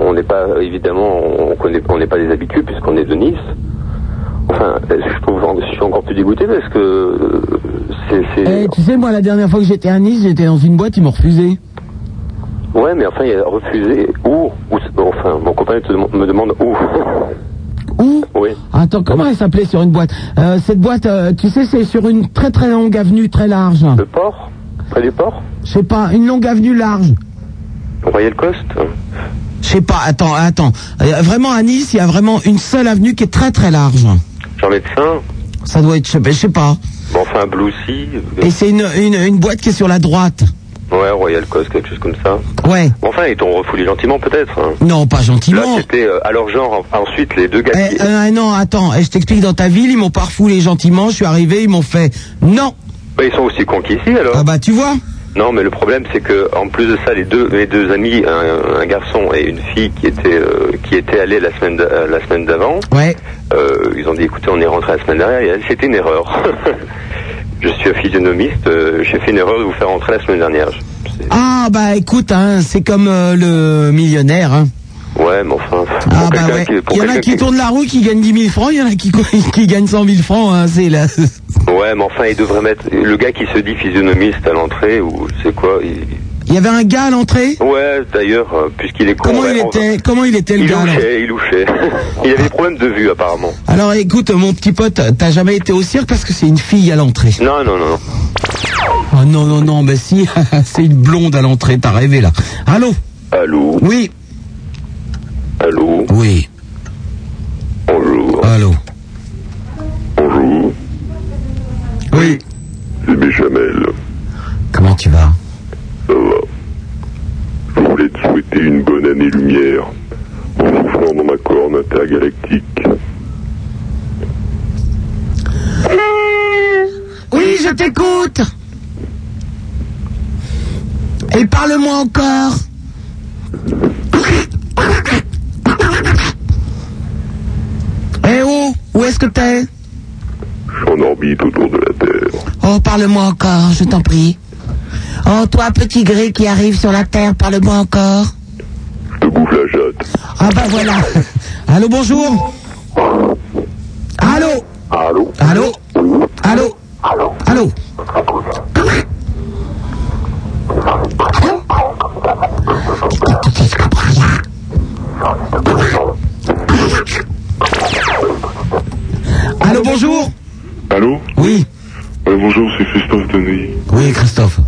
on n'est pas évidemment, on connaît, on n'est pas des habitudes puisqu'on est de Nice. Enfin, je trouve, je suis encore plus dégoûté parce que euh, c'est, c'est- Eh, tu sais, moi, la dernière fois que j'étais à Nice, j'étais dans une boîte, ils m'ont refusé. ouais, mais enfin, il a refusé où, Où- enfin, mon copain te dem- me demande où. Où Oui. Attends, comment elle s'appelait sur une boîte Euh, Cette boîte, euh, tu sais, c'est sur une très très longue avenue, très large. Le port, près du port, Je sais pas, une longue avenue large. Royal Coast. Euh, Je sais pas, attends, attends. Euh, Vraiment, à Nice, il y a vraiment une seule avenue qui est très très large. Jean médecin. Ça doit être, je sais pas- je sais pas. Bon, enfin, Blue Sea. euh, Et c'est une, une, une boîte qui est sur la droite. Ouais, Royal Coast, quelque chose comme ça. Ouais. Bon, Enfin, ils t'ont refoulé gentiment peut-être. hein. Non, pas Là, gentiment. c'était euh, à leur genre. Ensuite, les deux gars. qui- Eh, euh, non, attends, eh, je t'explique, dans ta ville, ils m'ont pas refoulé gentiment, je suis arrivé, ils m'ont fait non. Bah, ils sont aussi cons qu'ici alors. Ah bah tu vois Non, mais le problème c'est que en plus de ça, les deux, les deux amis, un, un garçon et une fille qui étaient euh, qui étaient allés la semaine d'a- euh, la semaine d'avant. Ouais. euh, ils ont dit écoutez, on est rentré la semaine dernière. Et elle, c'était une erreur. Je suis un physionomiste. euh, J'ai fait une erreur de vous faire rentrer la semaine dernière. Ah bah écoute, hein, c'est comme euh, le millionnaire. Hein. Ouais, mais enfin. Pour Ah bah quelqu'un ouais. qui, pour Il y en a quelqu'un qui tournent la roue qui gagnent 10 000 francs, il y en a qui, qui gagnent 100 000 francs, hein, c'est là. Ouais, mais enfin, il devrait mettre le gars qui se dit physionomiste à l'entrée ou c'est quoi. il- Il y avait un gars à l'entrée Ouais, d'ailleurs, euh, puisqu'il est con. Comment ouais, il on- était Comment il était le Il gars alors louchait, il louchait. il avait des problèmes de vue apparemment. Alors écoute, mon petit pote, t'as jamais été au cirque parce que c'est une fille à l'entrée. Non, non, non, non. Oh non, non, non, bah si, c'est une blonde à l'entrée, t'as rêvé là. Allô Allô Oui. Allô Oui. Bonjour. Allô Bonjour. Oui. C'est Béchamel. Comment tu vas Ça va. Je voulais te souhaiter une bonne année lumière en soufflant dans ma corne intergalactique. Oui, je t'écoute. Et parle-moi encore. Eh oh, où est-ce que t'es Je suis en orbite autour de la Terre. Oh, parle-moi encore, je t'en prie. Oh, toi, petit gris qui arrive sur la terre, parle-moi encore. Je te bouffe la jatte. Ah bah voilà. Allô, bonjour. Allô. Allô Allô. Allô. Allô Allô. Allô, bonjour. Allô Oui. Euh, bonjour, c'est Christophe de Neuilly. Oui, Christophe.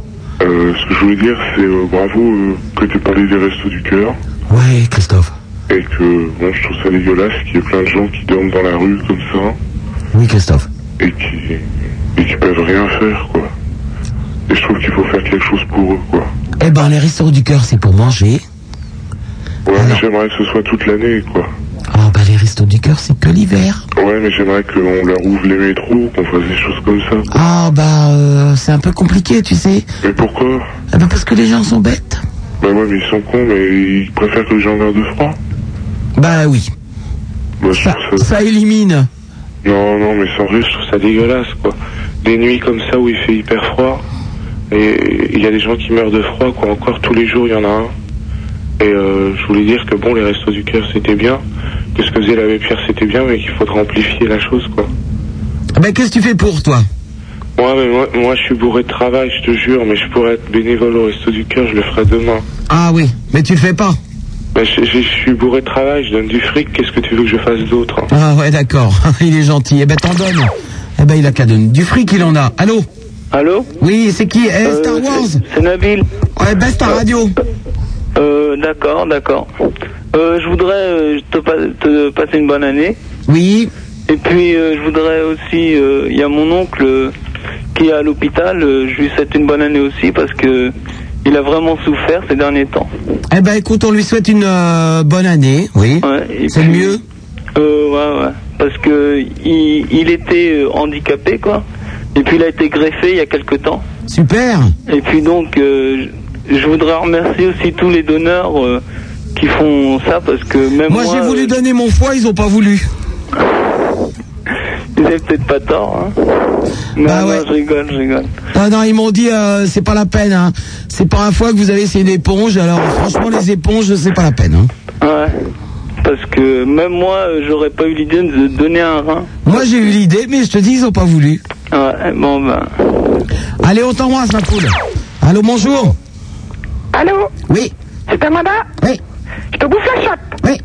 Euh, ce que je voulais dire, c'est euh, bravo euh, que tu parlé des restos du cœur Oui, Christophe. et que bon, je trouve ça dégueulasse qu'il y ait plein de gens qui dorment dans la rue comme ça Oui, Christophe. et qui et qui peuvent rien faire quoi. Et je trouve qu'il faut faire quelque chose pour eux quoi. Eh ben, les restos du cœur, c'est pour manger. Ouais, mais j'aimerais que ce soit toute l'année quoi. Ah, bah, les restos du cœur, c'est que l'hiver. Ouais, mais j'aimerais qu'on leur ouvre les métros, qu'on fasse des choses comme ça. Ah, bah, euh, c'est un peu compliqué, tu sais. Mais pourquoi Eh ben, parce que les gens sont bêtes. Bah ouais, mais ils sont cons, mais ils préfèrent que les gens meurent de froid. Bah oui. Moi, je trouve ça... Ça élimine. Non, non, mais sans rire, je trouve ça dégueulasse quoi. Des nuits comme ça où il fait hyper froid et il y a des gens qui meurent de froid quoi. Encore tous les jours, il y en a un. Et euh, je voulais dire que bon, les restos du cœur c'était bien, que ce que faisait l'abbé Pierre c'était bien, mais qu'il faudrait amplifier la chose quoi. Ah, bah, qu'est-ce que tu fais pour, toi Moi, mais moi, moi, je suis bourré de travail, je te jure, mais je pourrais être bénévole au resto du cœur, je le ferai demain. Ah oui, mais tu le fais pas. Bah, je, je- je suis bourré de travail, je donne du fric, qu'est-ce que tu veux que je fasse d'autre hein Ah ouais, d'accord. Il est gentil. Eh ben, t'en donnes. Eh ben, il a qu'à donner. Du fric, il en a. Allô Allô Oui, c'est qui Eh, Euh, Star Wars C'est Nabil. Ouais, baisse ta radio. Euh, d'accord, d'accord. Euh, je voudrais euh, te, pa- te passer une bonne année. Oui. Et puis, euh, je voudrais aussi. euh, Il y a mon oncle euh, qui est à l'hôpital. euh, je lui souhaite une bonne année aussi parce que il a vraiment souffert ces derniers temps. Eh ben, écoute, on lui souhaite une euh, bonne année. Oui. C'est le mieux Euh, ouais, ouais. Parce que il, il était euh, handicapé, quoi. Et puis, il a été greffé il y a quelque temps. Super. Et puis donc, euh, je je voudrais remercier aussi tous les donneurs euh, qui font ça parce que même moi, euh, Moi, j'ai voulu donner mon foie, ils ont pas voulu. ils avaient peut-être pas tort. Bah Hein. Non, non, je rigole, je rigole. Ah non, ils m'ont dit, euh, c'est pas la peine. Hein. C'est pas un foie que vous avez, c'est une éponge. Alors, franchement, les éponges, c'est pas la peine. hein. Ouais. Parce que même moi, euh, j'aurais pas eu l'idée de donner un rein. Moi, j'ai eu l'idée, mais je te dis, ils ont pas voulu. Ouais, bon ben. Allez, on t'embrasse, ma poule. Allô, bonjour. Allô Oui. C'est Amanda Oui. Je te bouffe la chatte Oui.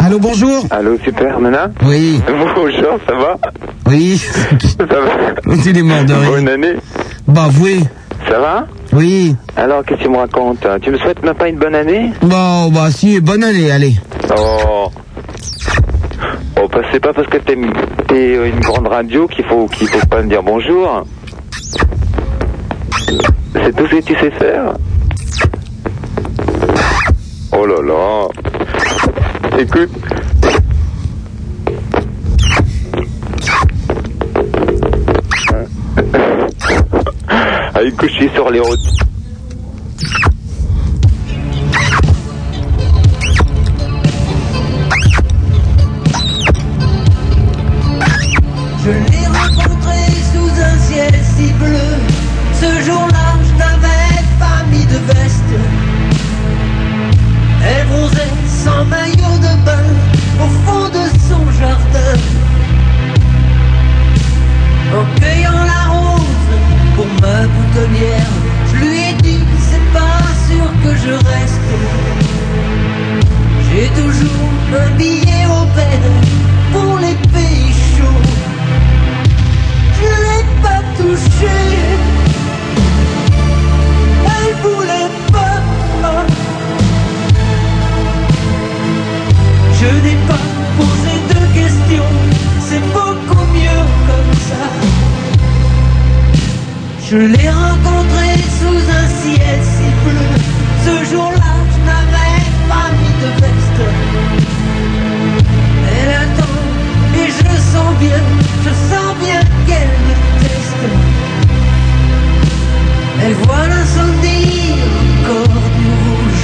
Allô, bonjour. Allô, super, Nana Oui. Bonjour, ça va Oui. Ça va Tu es mort de rire. Bonne année. Bah, oui. Ça va Oui. Alors, qu'est-ce que tu me racontes Tu me souhaites même pas une bonne année Bon, bah, si, bonne année, allez. Oh. Oh, bah, c'est pas parce que t'es t'es, euh, une grande radio qu'il faut, qu'il faut pas me dire bonjour. C'est tout ce que tu sais faire Oh là là. Écoute. Ah, écoute, je suis sur les routes. Je l'ai rencontré sous un ciel si bleu. Ce jour-là, je n'avais pas mis de veste. Elle bronzait sans maillot de bain au fond de son jardin. En cueillant la rose pour ma boutonnière, je lui ai dit c'est pas sûr que je reste. J'ai toujours un billet au peine pour les pays chauds. Je l'ai pas touchée. Elle voulait pas. Je n'ai pas posé de questions. C'est beaucoup mieux comme ça. Je l'ai rencontrée sous un ciel si bleu. Ce jour-là, je n'avais pas mis de veste. Elle attend et je sens bien, je sens bien qu'elle me teste. Elle voit l'incendie encore du rouge.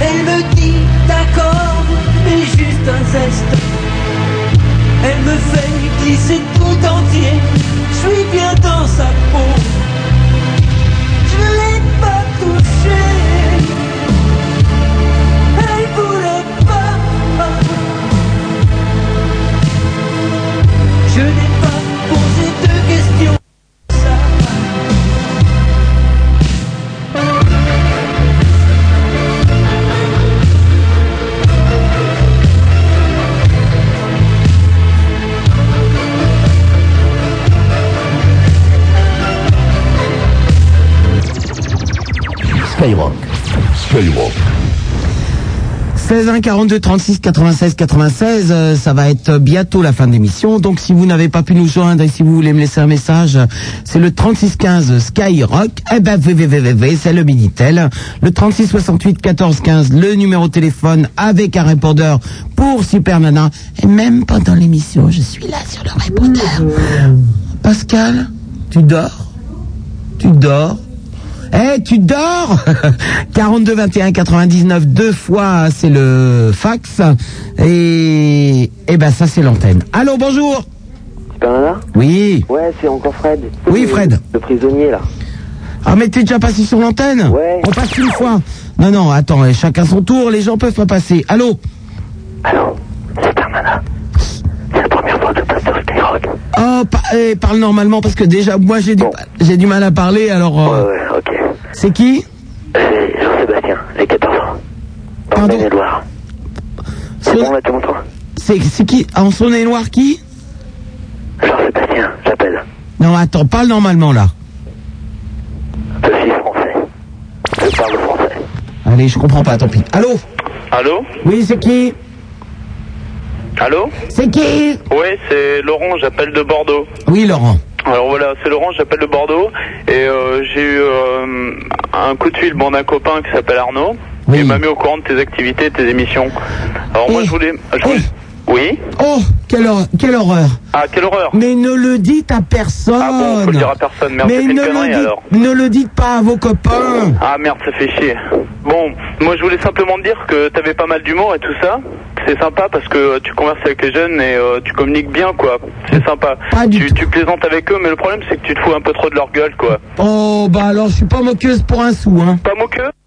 Elle me dit d'accord, mais juste un zeste. Elle me fait glisser tout entier. Je suis bien dans sa peau. Je l'ai pas touchée. Elle voulait pas. Je n'ai Skyrock. Skyrock. 16 1 42 36 96 96, euh, ça va être bientôt la fin de l'émission. Donc si vous n'avez pas pu nous joindre et si vous voulez me laisser un message, euh, c'est le 36 15 Skyrock. Eh ben VVVVV, c'est le Minitel. Le 36 68 14 15, le numéro de téléphone avec un répondeur pour Super Nana. Et même pendant l'émission, je suis là sur le répondeur. Pascal, tu dors Tu dors Eh, tu dors 42 21 99 deux fois, c'est le fax. Et, et ben ça c'est l'antenne. Allô, bonjour. Super Nana Oui. Ouais, c'est encore Fred. Oui, Fred. Le prisonnier, là. Ah mais t'es déjà passé sur l'antenne Ouais. On passe une fois. Non non, attends, eh, chacun son tour, les gens peuvent pas passer. Allô Allô Oh, pa- eh, parle normalement parce que déjà moi j'ai du, j'ai du mal à parler alors. euh, C'est qui Jean-Sébastien, j'ai 14 ans. Dans le Maine-et-Loire. C'est bon, là, tu m'entends C'est c'est qui En Saône-et-Loire qui Jean-Sébastien, j'appelle. Non attends, parle normalement là. Je suis français. Je parle français. Allez, je comprends pas, tant pis. Allô Allô Oui, c'est qui Allô C'est qui Oui, c'est Laurent, j'appelle de Bordeaux. Oui, Laurent. Alors voilà, c'est Laurent, j'appelle de Bordeaux. Et euh, j'ai eu euh, un coup de fil bon, d'un copain qui s'appelle Arnaud. Il m'a mis au courant de tes activités, de tes émissions. Alors moi, je voulais... je voulais- Oui Oh, quelle, hor- quelle horreur Ah, quelle horreur Mais ne le dites à personne Ah bon, faut le dire à personne, merde, Mais c'est une ne le, connerie, dites, alors. ne le dites pas à vos copains Ah merde, ça fait chier. Bon, moi je voulais simplement te dire que t'avais pas mal d'humour et tout ça. que C'est sympa parce que euh, tu converses avec les jeunes et euh, tu communiques bien, quoi. C'est sympa. tu, tu plaisantes avec eux, mais le problème c'est que tu te fous un peu trop de leur gueule, quoi. Oh, bah alors je suis pas moqueuse pour un sou, hein Pas moqueuse